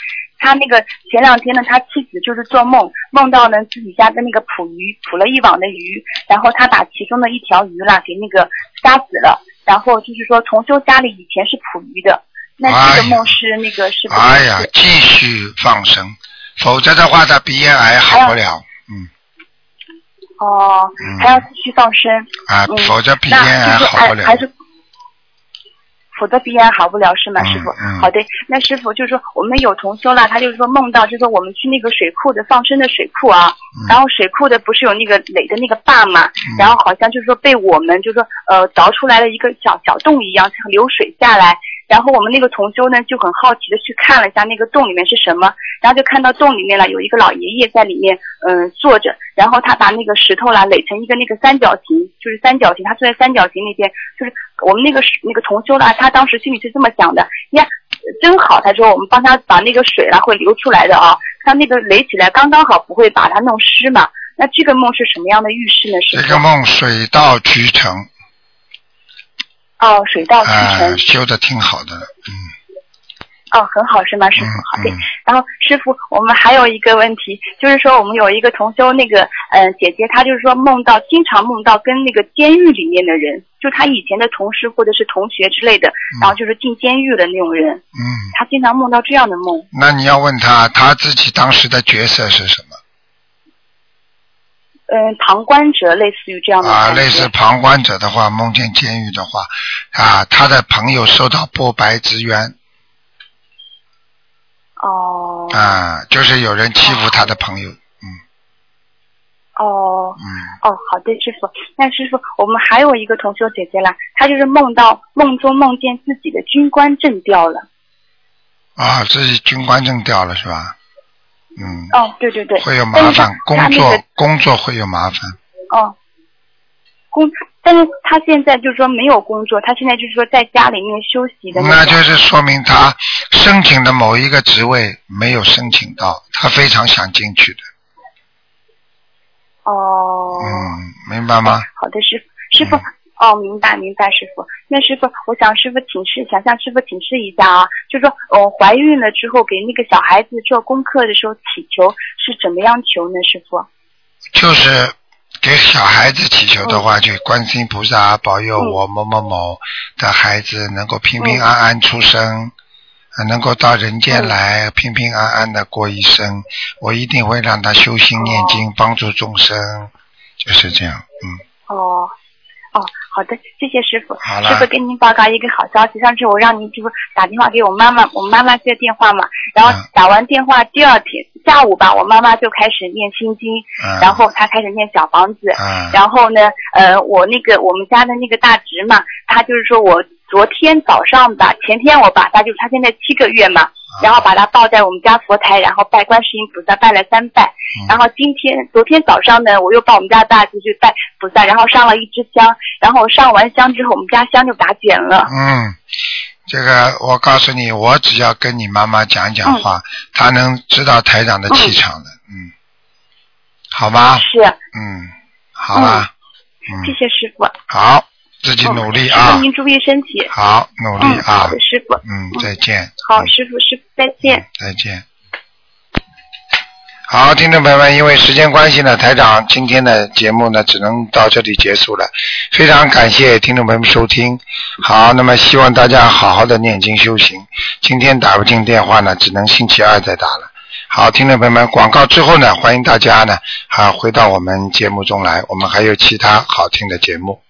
[SPEAKER 12] 他那个前两天呢，他妻子就是做梦，梦到呢自己家的那个捕鱼，捕了一网的鱼，然后他把其中的一条鱼啦给那个杀死了，然后就是说同修家里以前是捕鱼的，那这个梦是那个是不是？
[SPEAKER 1] 哎呀，继续放生，否则的话他鼻咽癌好不
[SPEAKER 12] 哎
[SPEAKER 1] 了嗯
[SPEAKER 12] 哦，还要继续放生。
[SPEAKER 1] 啊，
[SPEAKER 12] 嗯
[SPEAKER 1] 否则鼻咽
[SPEAKER 12] 那
[SPEAKER 1] 癌
[SPEAKER 12] 就是
[SPEAKER 1] 好不
[SPEAKER 12] 还
[SPEAKER 1] 了
[SPEAKER 12] 还。是，否则鼻炎好不了是吗，师傅？
[SPEAKER 1] 嗯
[SPEAKER 12] 好的，那师傅就是说，我们有同修了，他就是说梦到，就是说我们去那个水库的放生的水库啊，
[SPEAKER 1] 嗯
[SPEAKER 12] 然后水库的不是有那个垒的那个坝嘛，然后好像就是说被我们就是说呃凿出来了一个小小洞一样，像流水下来。然后我们那个同修呢就很好奇的去看了一下那个洞里面是什么，然后就看到洞里面了有一个老爷爷在里面嗯、坐着，然后他把那个石头啦垒成一个那个三角形，就是三角形，他坐在三角形那边，就是我们那个那个同修啦，他当时心里是这么想的，呀，真好，他说我们帮他把那个水啦会流出来的啊，他那个垒起来刚刚好不会把它弄湿嘛。那这个梦是什么样的预示呢？是
[SPEAKER 1] 这个梦水到渠成，
[SPEAKER 12] 哦，水到渠
[SPEAKER 1] 啊
[SPEAKER 12] 成，，
[SPEAKER 1] 修的挺好的，
[SPEAKER 12] 哦，很好是吗，师傅？好的。
[SPEAKER 1] 嗯
[SPEAKER 12] 然后师傅，我们还有一个问题，就是说我们有一个同修，那个嗯、呃姐姐，她就是说梦到经常梦到跟那个监狱里面的人，就她以前的同事或者是同学之类的，然后就是进监狱的那种人，
[SPEAKER 1] 嗯。
[SPEAKER 12] 她经常梦到这样的梦。
[SPEAKER 1] 那你要问他，他自己当时的角色是什么
[SPEAKER 12] 嗯，旁观者类似于这样的
[SPEAKER 1] 啊？
[SPEAKER 12] 感觉
[SPEAKER 1] 类似旁观者的话，梦见监狱的话，啊，他的朋友受到波白之冤
[SPEAKER 12] 哦
[SPEAKER 1] 啊，就是有人欺负他的朋友，
[SPEAKER 12] 哦
[SPEAKER 1] 嗯。
[SPEAKER 12] 哦，好的，师傅。那师傅，我们还有一个同修姐姐啦，她就是梦到梦中梦见自己的军官证掉了。
[SPEAKER 1] 啊，自己军官证掉了是吧？嗯，
[SPEAKER 12] 哦，对对对，
[SPEAKER 1] 会有麻烦，工
[SPEAKER 12] 但是她
[SPEAKER 1] 作、
[SPEAKER 12] 她那个
[SPEAKER 1] 工作会有麻烦。
[SPEAKER 12] 哦，工，但是他现在就是说没有工作，他现在就是说在家里面休息的
[SPEAKER 1] 那
[SPEAKER 12] 种。
[SPEAKER 1] 就是说明他申请的某一个职位没有申请到，他非常想进去的。
[SPEAKER 12] 哦，
[SPEAKER 1] 嗯，明白吗？嗯
[SPEAKER 12] 好的，师傅，师傅。哦，明白明白，师傅。那师傅，我想师傅请示，想向师傅请示一下啊，就说我、哦、怀孕了之后，给那个小孩子做功课的时候祈求是怎么样求呢？师傅？
[SPEAKER 1] 就是给小孩子祈求的话，
[SPEAKER 12] 嗯
[SPEAKER 1] 就观世音菩萨啊保佑我某某某的孩子能够平
[SPEAKER 12] 嗯
[SPEAKER 1] 平安安出生，呃能够到人间来平平安安的过一生。我一定会让他修心念经，帮助众生，就是这样。嗯，
[SPEAKER 12] 哦，哦，好的，谢谢师傅。
[SPEAKER 1] 好了
[SPEAKER 12] 师傅跟您报告一个好消息，上次我让您师傅打电话给我妈妈，我妈妈接电话嘛，然
[SPEAKER 1] 嗯
[SPEAKER 12] 后打完电话第二天下午吧，我妈妈就开始念心经，
[SPEAKER 3] 嗯
[SPEAKER 12] 然后她开始念小房子，
[SPEAKER 3] 嗯
[SPEAKER 12] 然后呢，呃，我那个我们家的那个大侄嘛，她就是说我昨天早上吧，前天我把她就是她现在七个月嘛。然后把她抱在我们家佛台，然后拜观世音菩萨，拜了三拜。然后今天、昨天早上呢，我又抱我们家大侄去拜菩萨，然后上了一支香。然后上完香之后，我们家香就打卷了。
[SPEAKER 1] 嗯，这个我告诉你，我只要跟你妈妈讲讲话，
[SPEAKER 12] 嗯
[SPEAKER 1] 她能知道台长的气场的，嗯，好吗？
[SPEAKER 12] 是，嗯
[SPEAKER 1] 嗯，好嗯啦，
[SPEAKER 12] 谢谢师傅。
[SPEAKER 1] 好，自己努力
[SPEAKER 12] 师
[SPEAKER 1] 啊
[SPEAKER 12] 傅，您注意身体。
[SPEAKER 1] 好，努力
[SPEAKER 12] 嗯
[SPEAKER 1] 啊
[SPEAKER 12] 好的，师傅。
[SPEAKER 1] 嗯，再见，
[SPEAKER 12] 好，师傅，师傅再见。
[SPEAKER 1] 再见。好，听众朋友们，因为时间关系呢，台长今天的节目呢只能到这里结束了。非常感谢听众朋友们收听。好，那么希望大家好好的念经修行。今天打不进电话呢，只能星期二再打了。好，听众朋友们，广告之后呢，欢迎大家呢啊回到我们节目中来，我们还有其他好听的节目。